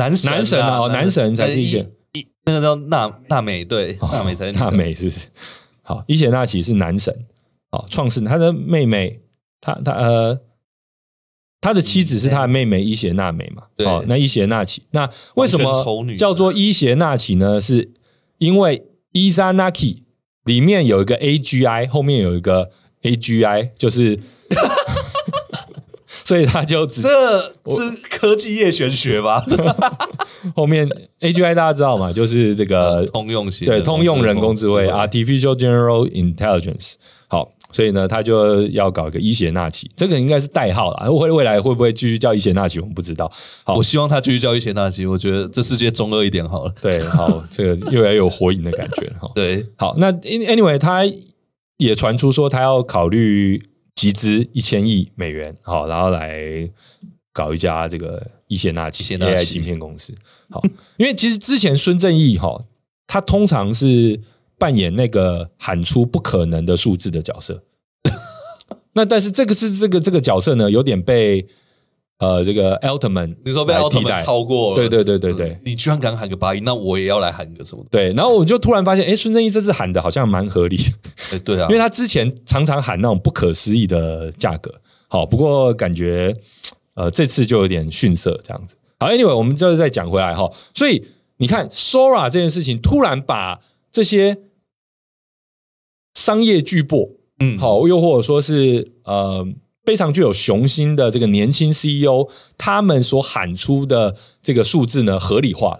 Speaker 4: 男神
Speaker 3: 男神啊哦男神才是一
Speaker 4: 一
Speaker 3: 个
Speaker 4: 一那个叫娜娜美，对，
Speaker 3: 哦
Speaker 4: 娜美才是
Speaker 3: 娜美是不是？好，伊邪那岐是男神，好、创世他的妹妹，他他呃。他的妻子是他的妹妹伊邪那美嘛？
Speaker 4: 嗯
Speaker 3: 哦
Speaker 4: 对
Speaker 3: 好那伊邪那岐，那为什
Speaker 4: 完全丑女啊
Speaker 3: 么叫做伊邪那岐呢？是因为伊莎那岐里面有一个 A G I，后面有一个 A G I，就是，
Speaker 4: [laughs]
Speaker 3: 所以他就只
Speaker 4: 这是科技业玄学吧？
Speaker 3: 后面 A G I 大家知道嘛？就是这个
Speaker 4: [laughs] 通用型的
Speaker 3: 呃
Speaker 4: 哦
Speaker 3: 对通用人工智慧
Speaker 4: 人工
Speaker 3: （artificial general intelligence）。好，所以呢，他就要搞一个伊邪那岐，这个应该是代号啦。未未来会不会继续叫伊邪那岐，我们不知道。好
Speaker 4: 我希望他继续教一些那些，我觉得这世界中二一点好了。
Speaker 3: 对，好，这个越来越有火影的感觉了哈。
Speaker 4: 对，
Speaker 3: 好，那 any- anyway，他也传出说他要考虑集资一千亿美元，好，然后来搞一家这个易谢纳
Speaker 4: 易
Speaker 3: 奇
Speaker 4: 谢纳
Speaker 3: AI
Speaker 4: 奇
Speaker 3: 晶片公司。好，因为其实之前孙正义哈，他通常是扮演那个喊出不可能的数字的角色。那但是这个是这个这个角色呢，有点被呃这个 Altman
Speaker 4: 你说被
Speaker 3: 来
Speaker 4: 奥特
Speaker 3: 替代
Speaker 4: 曼超过了，
Speaker 3: 对对对对对
Speaker 4: 嗯你居然敢喊个八一，那我也要来喊个什么的？
Speaker 3: 对，然后我就突然发现，哎，孙正义这次喊的好像蛮合理的，
Speaker 4: 哎，对啊，
Speaker 3: 因为他之前常常喊那种不可思议的价格。好，不过感觉呃这次就有点逊色这样子。好，Anyway，我们就是再讲回来哈，所以你看 Sora 这件事情突然把这些商业巨擘，
Speaker 4: 嗯，
Speaker 3: 好，又或者说是呃非常具有雄心的这个年轻 CEO，他们所喊出的这个数字呢，合理化了。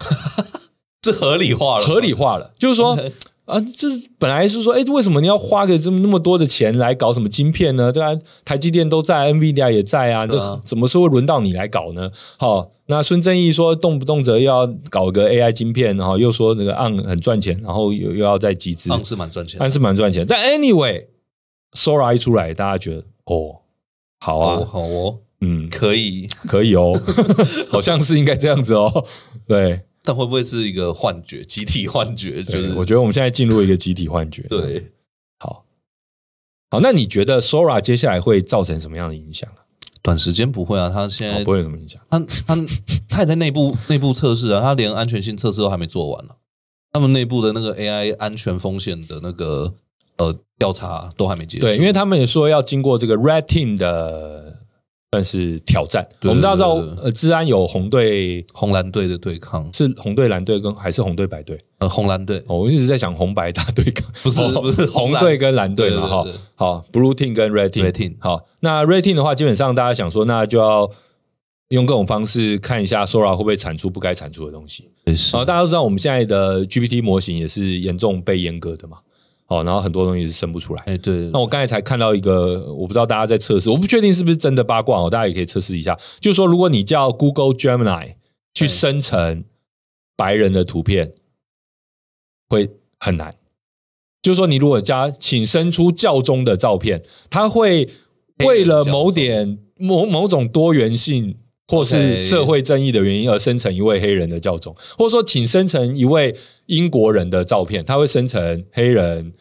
Speaker 4: 这合理化了，
Speaker 3: 合理化了，就是
Speaker 4: [laughs]
Speaker 3: 说
Speaker 4: OK。
Speaker 3: 啊，这是本来是说，哎，为什么你要花个这么那么多的钱来搞什么晶片呢？对啊，台积电都在，NVIDIA 也在啊，
Speaker 4: 对
Speaker 3: 这
Speaker 4: 啊
Speaker 3: 怎么是会轮到你来搞呢？好、那孙正义说，动不动则又要搞个 AI 晶片，然后又说那个 on 很赚钱，然后又又要再集资，
Speaker 4: 上是蛮赚钱的，
Speaker 3: 但是蛮赚钱。但 anyway，Sora 一出来，大家觉得哦，好啊，
Speaker 4: 哦，好哦，
Speaker 3: 嗯，
Speaker 4: 可以，
Speaker 3: 可以
Speaker 4: [laughs]
Speaker 3: 哦，好像是应该这样子哦，对，
Speaker 4: 但会不会是一个幻觉，集体幻觉？就
Speaker 3: 对
Speaker 4: 是
Speaker 3: 我觉得我们现在进入一个集体幻觉，
Speaker 4: 对，
Speaker 3: 好，好，那你觉得 Sora 接下来会造成什么样的影响啊？
Speaker 4: 短时间不会啊，他现
Speaker 3: 哦
Speaker 4: 在
Speaker 3: 不会有什么影响。
Speaker 4: 他他他也在内部 [laughs] 内部测试啊，他连安全性测试都还没做完呢、他们内部的那个 AI 安全风险的那个呃调查都还没结束。
Speaker 3: 对，因为他们也说要经过这个 Red Team 的算是挑战。
Speaker 4: 对
Speaker 3: 我们大家知道
Speaker 4: 对对，对
Speaker 3: 呃，治安有红队
Speaker 4: 红蓝队的对抗，
Speaker 3: 是红队、蓝队跟还是红队、白队？
Speaker 4: 呃，红蓝队
Speaker 3: 哦，我一直在想红白大对抗，不
Speaker 4: 是不是
Speaker 3: 红
Speaker 4: [laughs] 哦红蓝
Speaker 3: 队跟蓝队嘛？
Speaker 4: 对对
Speaker 3: 哈
Speaker 4: 对，
Speaker 3: 好，Blue Team 跟 Red Team。
Speaker 4: Red Team
Speaker 3: 好，那 Red Team 的话，基本上大家想说，那就要用各种方式看一下 Sora 会不会产出不该产出的东西。
Speaker 4: 也是
Speaker 3: 哦，大家都知道我们现在的 GPT 模型也是严重被阉割的嘛，哦，然后很多东西是生不出来。
Speaker 4: 哎，对
Speaker 3: 那，我刚才才看到一个，我不知道大家在测试，我不确定是不是真的八卦哦，大家也可以测试一下。就是说，如果你叫 Google Gemini 去
Speaker 4: 对
Speaker 3: 生成白人的图片，会很难。就是说，你如果加请生出教宗的照片，它会为了某点某某种多元性或是
Speaker 4: OK
Speaker 3: 社会正义的原因而生成一位黑人的教宗，或者说请生成一位英国人的照片，它会生成黑人、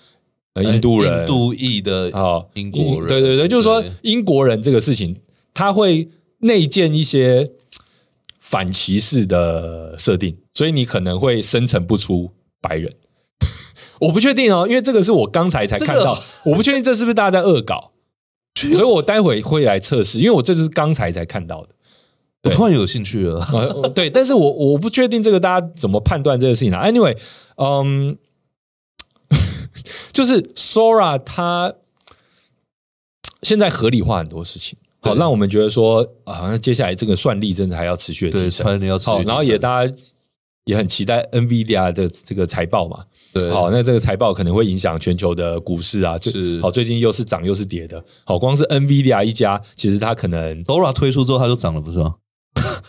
Speaker 3: 呃、印度人、
Speaker 4: 哎印度裔的
Speaker 3: 啊，
Speaker 4: 英国人，
Speaker 3: 对对对，就是说
Speaker 4: 对
Speaker 3: 英国人这个事情，他会内建一些嘖反歧视的设定，所以你可能会生成不出白人。 [laughs] 我不确定哦，因为这个是我刚才才看到，我不确定这是不是大家在恶
Speaker 4: [laughs]
Speaker 3: 搞，所以我待会会来测试，因为我这是刚才才看到的。
Speaker 4: 我突然有兴趣了。
Speaker 3: 呃，对，但是我我不确定这个大家怎么判断这个事情啊。Anyway，嗯， [laughs] 就是 Sora 他现在合理化很多事情，好，
Speaker 4: 对
Speaker 3: 让我们觉得说啊，那接下来这个算力真的还要持续的提
Speaker 4: 对，
Speaker 3: 升，
Speaker 4: 川要
Speaker 3: 好，然后也大家也很期待 NVIDIA 的这个财报嘛，
Speaker 4: 对，
Speaker 3: 好，那这个财报可能会影响全球的股市啊，最
Speaker 4: 是
Speaker 3: 好，最近又是涨又是跌的，好，光是 NVIDIA 一家，其实它可能
Speaker 4: Dora 推出之后，它就涨了，不是吗？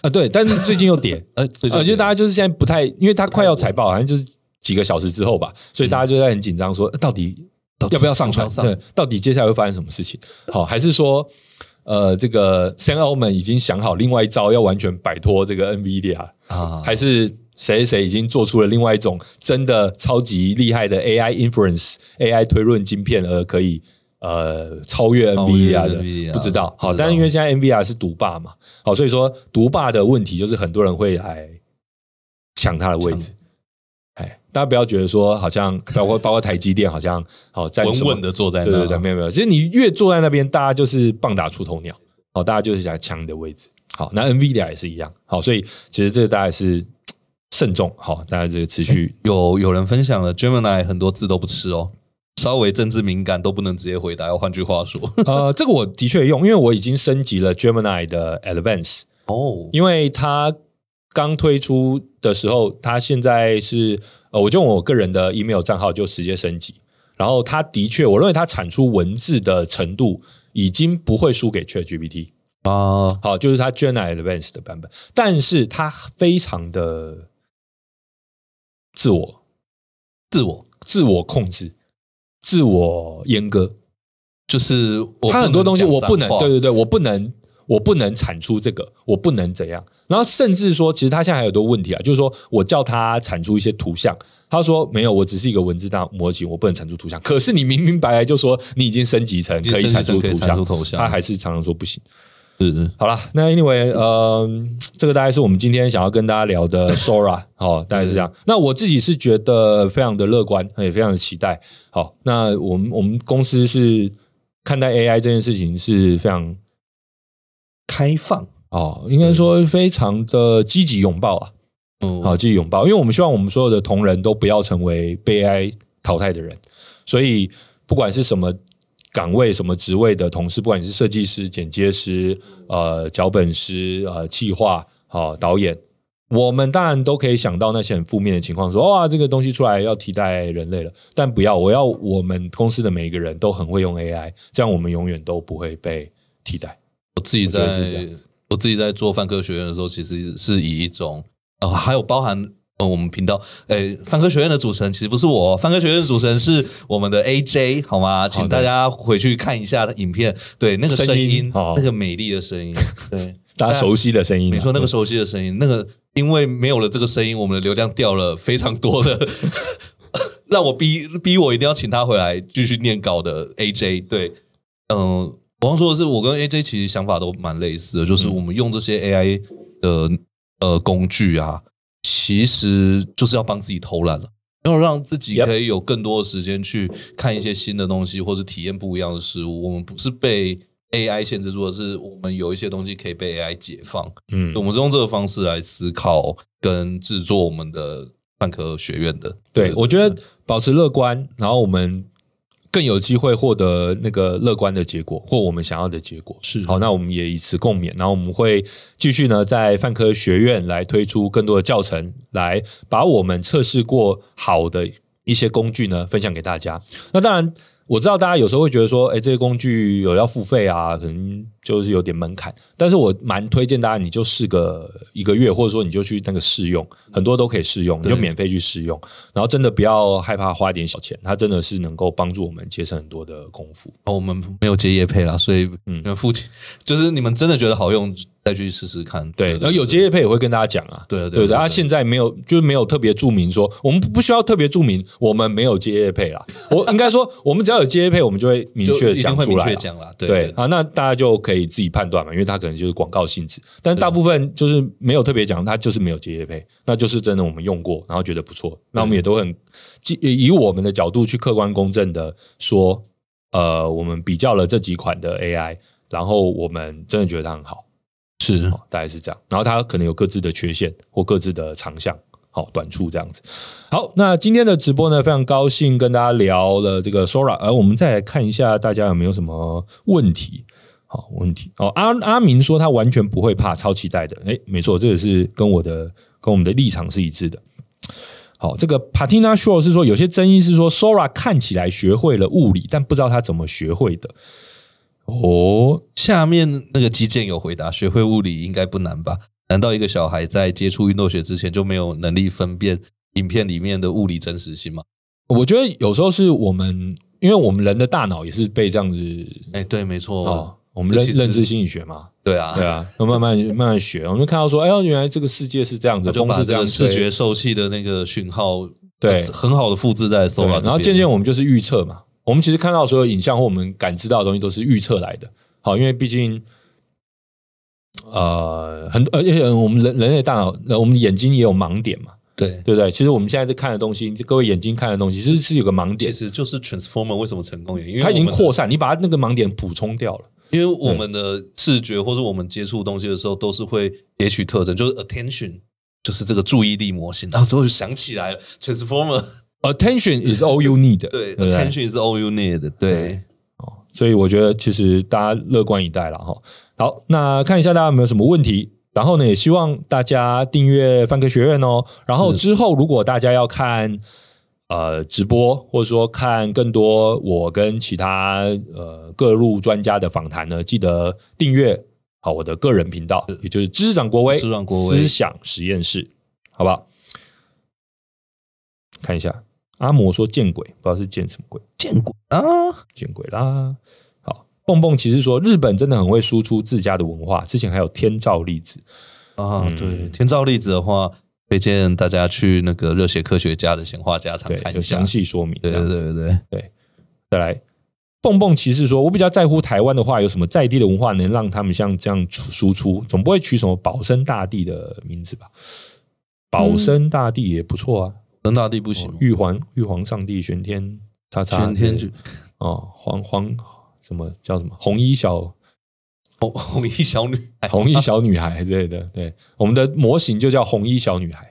Speaker 3: 啊，对，但是最近又跌。
Speaker 4: 呃，最近
Speaker 3: 呃，就大家就是现在不太，因为他快要财报，好像就是几个小时之后吧，所以大家就在很紧张，说呃到底
Speaker 4: 嗯到底
Speaker 3: 要不要上传？
Speaker 4: 要不要上
Speaker 3: 对，到底接下来会发生什么事情？好，还是说，呃，这个 Sam Altman 已经想好另外一招，要完全摆脱这个 NVIDIA，
Speaker 4: 啊，
Speaker 3: 还是谁谁谁已经做出了另外一种真的超级厉害的 AI inference、AI 推论晶片，而可以呃超越
Speaker 4: 超越
Speaker 3: NVIDIA 的
Speaker 4: NVIDIA，
Speaker 3: 不知道。好，
Speaker 4: 不知道
Speaker 3: 但是因为现在 NVIDIA 是独霸嘛，好，所以说独霸的问题就是很多人会来抢它的位置。哎，大家不要觉得说好像包括包括台积电好像好在
Speaker 4: 稳
Speaker 3: 什么
Speaker 4: 稳的坐在那，
Speaker 3: 对对对，没有没有，其实你越坐在那边，大家就是棒打出头鸟，好，大家就是想抢你的位置。好，那 NVIDIA 也是一样，好，所以其实这个大家是慎重，好，大家这个持续
Speaker 4: 有有人分享了，Gemini 很多字都不吃哦，稍微政治敏感都不能直接回答。要换句
Speaker 3: [laughs]
Speaker 4: 话说，
Speaker 3: 呃，这个我的确用，因为我已经升级了 Gemini 的 Advance，
Speaker 4: 哦，
Speaker 3: 因为它刚推出的时候，它现在是呃，我就用我个人的 email 账号就直接升级，然后它的确，我认为它产出文字的程度已经不会输给 ChatGPT。
Speaker 4: 啊，
Speaker 3: 好，就是它 Gemini Advanced 的版本，但是它非常的自我
Speaker 4: 自我
Speaker 3: 自我控制，自我阉割，
Speaker 4: 就是我
Speaker 3: 他很多东西我不能，对
Speaker 4: 对
Speaker 3: 对对，我不能，我不能产出这个，我不能怎样。然后甚至说，其实他现在还有很多问题啊，就是说我叫他产出一些图像，他说没有，我只是一个文字大模型，我不能产出图像。可是你明明白白就说你已经升级成
Speaker 4: 已经
Speaker 3: 可以
Speaker 4: 升级
Speaker 3: 产
Speaker 4: 成
Speaker 3: 出
Speaker 4: 可以
Speaker 3: 图
Speaker 4: 产
Speaker 3: 像
Speaker 4: 出，头像
Speaker 3: 他还是常常说不行。
Speaker 4: 是是
Speaker 3: 好啦，那 anyway，呃，这个大概是我们今天想要跟大家聊
Speaker 4: [laughs]
Speaker 3: 的 Sora，好、大概是这
Speaker 4: 嗯
Speaker 3: 样。那我自己是觉得非常的乐观，也非常的期待。好，那我们我们公司是看待 AI 这件事情是非常
Speaker 4: 开放，
Speaker 3: 哦，应该说非常的积极拥抱啊，
Speaker 4: 嗯，
Speaker 3: 好，积极拥抱，因为我们希望我们所有的同仁都不要成为被 AI 淘汰的人，所以不管是什么岗位、什么职位的同事，不管你是设计师、剪接师、呃脚本师、呃企划、好、导演，我们当然都可以想到那些很负面的情况，说哇这个东西出来要替代人类了，但不要，我要我们公司的每一个人都很会用 AI，这样我们永远都不会被替代。
Speaker 4: 我自己
Speaker 3: 我觉得
Speaker 4: 在
Speaker 3: 是这样
Speaker 4: 我自己在做泛科学院的时候，其实是以一种呃，还有包含呃我们频道诶，泛科学院的主持人其实不是我，泛科学院的主持人是我们的 AJ 好吗？请大家回去看一下影片，对那个
Speaker 3: 哦声
Speaker 4: 声
Speaker 3: 音
Speaker 4: 音，
Speaker 3: 哦
Speaker 4: 那个美丽的声音，对。
Speaker 3: 大家熟悉的声音啊、
Speaker 4: 没错，那个熟悉的声音，那个因为没有了这个声音，我们的流量掉了 [laughs] 非常多的，让我逼逼我一定要请他回来继续念稿的 AJ。对，嗯、我刚说的是，我跟 AJ 其实想法都蛮类似的，就是
Speaker 3: 嗯
Speaker 4: 我们用这些 AI 的呃工具啊，其实就是要帮自己偷懒了。要让自己
Speaker 3: Yep
Speaker 4: 可以有更多的时间去看一些新的东西，或是体验不一样的事物。我们不是被 AI 限制住，而是我们有一些东西可以被 AI 解放。
Speaker 3: 嗯
Speaker 4: 我，们是用这个方式来思考跟制作我们的泛科学院的。
Speaker 3: 对，我觉
Speaker 4: 嗯
Speaker 3: 得保持乐观，然后我们更有机会获得那个乐观的结果，或我们想要的结果。
Speaker 4: 是
Speaker 3: 好，那我们也以此共勉。然后我们会继续呢，在泛科学院来推出更多的教程，来把我们测试过好的一些工具呢分享给大家。那当然。我知道大家有时候会觉得说，哎、这些工具有要付费啊，可能就是有点门槛。但是我蛮推荐大家，你就试个一个月，或者说你就去那个试用，很多都可以试用，你就
Speaker 4: 对
Speaker 3: 免费去试用。然后真的不要害怕花一点小钱，它真的是能够帮助我们节省很多的功夫。
Speaker 4: 哦，我们没有接业配啦，所以
Speaker 3: 嗯
Speaker 4: 你们付钱，就是你们真的觉得好用，再去试试看。
Speaker 3: 对，然后有接业配也会跟大家讲啊。
Speaker 4: 对啊对啊
Speaker 3: 对
Speaker 4: 对
Speaker 3: 对，
Speaker 4: 啊
Speaker 3: 啊，现在没有，就是没有特别注明说，我们不需要特别注明，我们没有接业配啦。我应该说，我们只要有接业配，我们就会明
Speaker 4: 就
Speaker 3: 确
Speaker 4: 一定
Speaker 3: 讲
Speaker 4: 会
Speaker 3: 出
Speaker 4: 明
Speaker 3: 来啊
Speaker 4: 确
Speaker 3: 啦。
Speaker 4: 讲啦。
Speaker 3: 对
Speaker 4: 对，
Speaker 3: 啊，那大家就可以自己判断嘛，因为它可能就是广告性质，但大部分就是没有特别讲，它就是没有接业配，那就是真的我们用过，然后觉得不错，那我们也都很基以我们的角度去客观公正的说，呃，我们比较了这几款的 AI，然后我们真的觉得它很好，
Speaker 4: 是
Speaker 3: 哦大概是这样，然后它可能有各自的缺陷或各自的长项。好，短处这样子。好，那今天的直播呢，非常高兴跟大家聊了这个 Sora，而、呃、我们再来看一下大家有没有什么问题。好问题哦，阿阿明说他完全不会怕，超期待的。诶，没错，这也是跟我的跟我们的立场是一致的。好，这个 Patina Shaw 是说有些争议是说 Sora 看起来学会了物理，但不知道他怎么学会的。哦，
Speaker 4: 下面那个基建有回答，学会物理应该不难吧？难道一个小孩在接触运动学之前就没有能力分辨影片里面的物理真实性吗？
Speaker 3: 我觉得有时候是我们，因为我们人的大脑也是被这样子
Speaker 4: 哎，对，没错，
Speaker 3: 哦，我们认
Speaker 4: 其实
Speaker 3: 认知心理学嘛，
Speaker 4: 对
Speaker 3: [laughs]
Speaker 4: 啊，
Speaker 3: 对啊，那慢慢慢慢学，我们就看到说，哎呦，原来这个世界是这样子，
Speaker 4: 我就
Speaker 3: 风
Speaker 4: 把
Speaker 3: 是这
Speaker 4: 这
Speaker 3: 样
Speaker 4: 个
Speaker 3: 吹，
Speaker 4: 视觉受器的那个讯号，
Speaker 3: 对
Speaker 4: 很好的复制
Speaker 3: 对
Speaker 4: 在 Sora，
Speaker 3: 然
Speaker 4: 这
Speaker 3: 后
Speaker 4: 边
Speaker 3: 渐渐我们就是预测嘛，我们其实看到所有影像或我们感知到的东西都是预测来的。好，因为毕竟呃很而且我们人人类大脑，呃我们的眼睛也有盲点嘛，
Speaker 4: 对，
Speaker 3: 对不对？其实我们现在在看的东西，各位眼睛看的东西，其实是有个盲
Speaker 4: 其
Speaker 3: 点，
Speaker 4: 实就是 Transformer 为什么成功原因，因为
Speaker 3: 它已经
Speaker 4: 我们
Speaker 3: 扩嗯散，你把它那个盲点补充掉了。
Speaker 4: 因为我们的视觉或者我们接触东西的时候，都是会截取特征，就是 attention，就是这个注意力模型。然后之后就想起来了，transformer， [laughs]
Speaker 3: Attention is all you need，
Speaker 4: 对
Speaker 3: 不
Speaker 4: a t t e n t i o n is all you need，对，
Speaker 3: 所以我觉得其实大家乐观以待了哈。好，那看一下大家有没有什么问题。然后呢，也希望大家订阅范科学院哦。然后
Speaker 4: 是
Speaker 3: 之后，如果大家要看呃直播，或者说看更多我跟其他呃各路专家的访谈呢，记得订阅好我的个人频道，也就是知识长国威，
Speaker 4: 知识长国威
Speaker 3: 思想实验室，好不好？看一下阿嬷说见鬼，不知道是见什么鬼，
Speaker 4: 见鬼啊！
Speaker 3: 见鬼啦！好，蹦蹦其实说日本真的很会输出自家的文化，之前还有天照例子，
Speaker 4: 啊，
Speaker 3: 嗯
Speaker 4: 对，天照例子的话，推荐大家去那个热血科学家的闲话家常
Speaker 3: 对，
Speaker 4: 看
Speaker 3: 有哦
Speaker 4: 一下
Speaker 3: 详。细说明。
Speaker 4: 对
Speaker 3: 这样
Speaker 4: 对
Speaker 3: 子
Speaker 4: 对对，
Speaker 3: 再来，蹦蹦骑士说，我比较在乎台湾的话，有什么在地的文化能让他们像这样输出，总不会取什么保生大帝的名字吧？保生大帝也不错啊，
Speaker 4: 人大地不行，
Speaker 3: 玉皇玉皇上帝玄天叉叉
Speaker 4: 全嗯天就
Speaker 3: 哦，黄黄什么叫什么红衣小
Speaker 4: 红衣小女，
Speaker 3: 红衣小女孩之类的，对，我们的模型就叫红衣小女孩。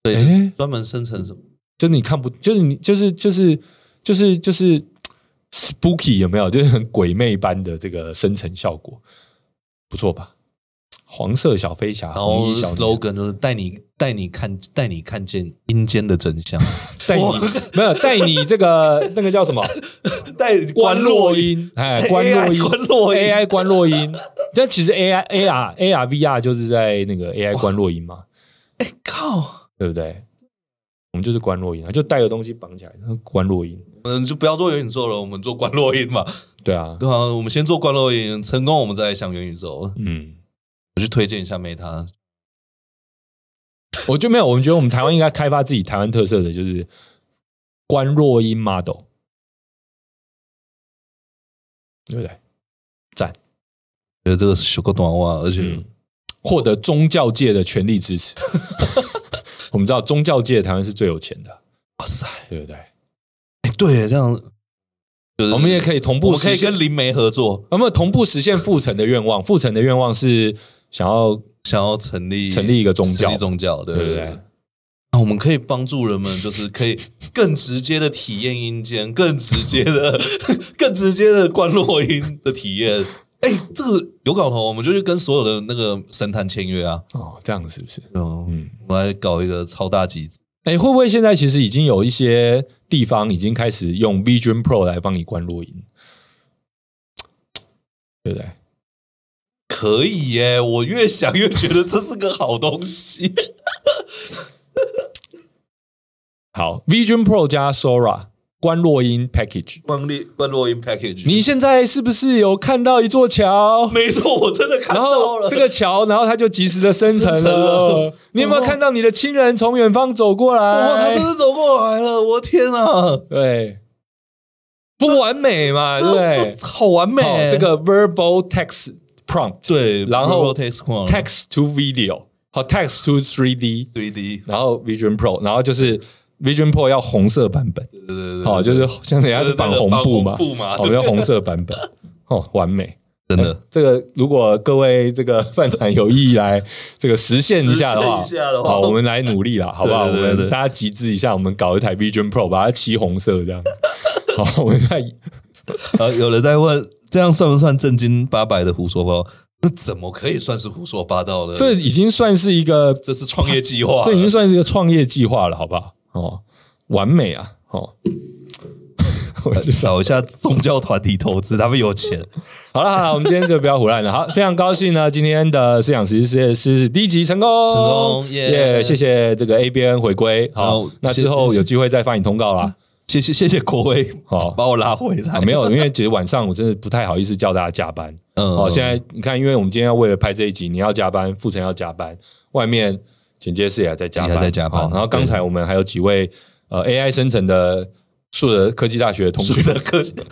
Speaker 4: 对
Speaker 3: 诶
Speaker 4: 专门生成什么？
Speaker 3: 就是你看不，就是你就是就是就是就是 spooky 有没有？就是很鬼魅般的这个生成效果，不错吧？黄色小飞侠，
Speaker 4: 然后
Speaker 3: 红衣小女孩
Speaker 4: slogan 就是带你带你看带你看见阴间的真相，
Speaker 3: 带你没有带你这个那个叫什
Speaker 4: [laughs]
Speaker 3: 么
Speaker 4: [laughs] 带
Speaker 3: 关
Speaker 4: 落
Speaker 3: 洛音，哎，
Speaker 4: [laughs] AI
Speaker 3: 关洛音，
Speaker 4: 关洛音哎
Speaker 3: AI 关洛音。但其实 AI AR AR VR 就是在那个 AI 关洛音嘛，
Speaker 4: 哎靠！
Speaker 3: 对不对？我们就是关洛音啊，就带个东西绑起来，那关洛音。
Speaker 4: 我们就不要做元宇宙了，我们做关洛音嘛。
Speaker 3: 对啊，
Speaker 4: [laughs] 对啊，我们先做关洛音，成功我们再来想元宇宙。
Speaker 3: 嗯，
Speaker 4: 我去推荐一下 Meta，
Speaker 3: 我就没有，我们觉得我们台湾应该开发自己台湾特色的，就是关若音 model，对不对？
Speaker 4: 觉得这个修个短袜，而且、
Speaker 3: 嗯，获得宗教界的全力支持。 [laughs] 我们知道宗教界台湾是最有钱的，
Speaker 4: 哇塞，
Speaker 3: 对不对？
Speaker 4: 哎、对，这样就是
Speaker 3: 我们也可以同
Speaker 4: 我
Speaker 3: 步
Speaker 4: 们可
Speaker 3: 实
Speaker 4: 以
Speaker 3: 现，
Speaker 4: 跟灵媒合作，
Speaker 3: 我们同步实现傅城的愿望。傅城的愿望是想要，
Speaker 4: 想要成立
Speaker 3: 成立一个宗教
Speaker 4: 成立宗教，对
Speaker 3: 对不
Speaker 4: 对
Speaker 3: 对？
Speaker 4: 那我们可以帮助人们，就是可以更直接的体验阴间，更直接的、更直接的观落音的体验。哎、这个有搞头，我们就去跟所有的那个神坛签约啊！
Speaker 3: 哦，这样是不是？
Speaker 4: 嗯，
Speaker 3: 嗯，
Speaker 4: 我们来搞一个超大集资，
Speaker 3: 哎，会不会现在其实已经有一些地方已经开始用 Vision Pro 来帮你关录音，对不对？
Speaker 4: 可以耶、我越想越觉得这是个好东西。
Speaker 3: 好，Vision Pro 加 Sora 关落音 Package，
Speaker 4: 观落观落音 package，
Speaker 3: 你现在是不是有看到一座桥？
Speaker 4: 没错，我真的看
Speaker 3: 然
Speaker 4: 到了
Speaker 3: 后这个桥，然后它就及时的生成
Speaker 4: 生成
Speaker 3: 了
Speaker 4: 了。
Speaker 3: 你有没有
Speaker 4: 哦
Speaker 3: 看到你的亲人从远方走过
Speaker 4: 哇，他真
Speaker 3: 来？
Speaker 4: 的走过来了！我天啊，
Speaker 3: 对，不完美嘛，对不
Speaker 4: 这
Speaker 3: 对？
Speaker 4: 这哎好完美、
Speaker 3: 好这个 verbal text prompt，
Speaker 4: 对，
Speaker 3: 然后
Speaker 4: text one
Speaker 3: text to video，好 text to 3D，
Speaker 4: three D，
Speaker 3: 然后 Vision Pro，然后就是 Vision Pro 要红色版本，
Speaker 4: 对对对，
Speaker 3: 好，就是像人家是绑红布嘛，
Speaker 4: 就是那个绑红布嘛
Speaker 3: 好，
Speaker 4: 对
Speaker 3: 要红色版
Speaker 4: [laughs]
Speaker 3: 本，哦，完美。
Speaker 4: 真的
Speaker 3: 这个如果各位这个饭团有意来这个实现一下的话，
Speaker 4: 实现一下的话
Speaker 3: 好，我们来努力
Speaker 4: [laughs]
Speaker 3: 啦，好不好？
Speaker 4: 对对对
Speaker 3: 我们
Speaker 4: 对
Speaker 3: 大家集资一下，我们搞一台 Vision Pro，把它漆红色
Speaker 4: [laughs]
Speaker 3: 这样。好，我们再
Speaker 4: 呃，有人在问，这样算不算正经八百的胡说八道？那怎么可以算是胡说八道呢？
Speaker 3: 这已经算是一个
Speaker 4: 这是创业计划，
Speaker 3: 这已经算是一个创业计划了，好不好？哦，完美啊！哦，我是
Speaker 4: 找一下宗教团体投资，他们有钱。
Speaker 3: 好了好了，我们今天就不要胡乱
Speaker 4: [laughs]
Speaker 3: 了。好，非常高兴呢，今天的思想实验室第一集成功，
Speaker 4: 成功耶
Speaker 3: 耶谢谢这个 ABN 回归。好
Speaker 4: 好，嗯
Speaker 3: 那
Speaker 4: 谢
Speaker 3: 之后有机会再发你通告啦。
Speaker 4: 谢谢谢谢国威
Speaker 3: 好
Speaker 4: [laughs] 把我拉回来
Speaker 3: 啊，，没有，因为其实晚上我真的不太好意思叫大家加班。
Speaker 4: 嗯
Speaker 3: 哦，现在你看，因为我们今天要为了拍这一集，你要加班，傅成要加班，外面剪接师也还在加
Speaker 4: 也
Speaker 3: 班，
Speaker 4: 还在加班
Speaker 3: 哦然后刚才我们还有几位呃 AI 生成的树德科技大学的同学
Speaker 4: 是，的科学，不
Speaker 3: 嗯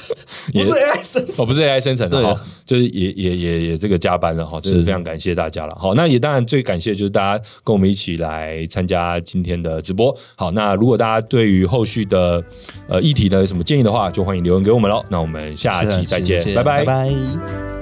Speaker 3: [laughs] 也
Speaker 4: 是 AI 生成
Speaker 3: 哦，不是 AI 生成的
Speaker 4: 对
Speaker 3: 哈，就是也也也也这个加班了哈，真的
Speaker 4: 是
Speaker 3: 非常感谢大家了。好，那也当然最感谢就是大家跟我们一起来参加今天的直播。好，那如果大家对于后续的
Speaker 4: 啊
Speaker 3: 呃议题的什么建议的话，就欢迎留言给我们喽。那我们下期再见，拜拜
Speaker 4: 拜。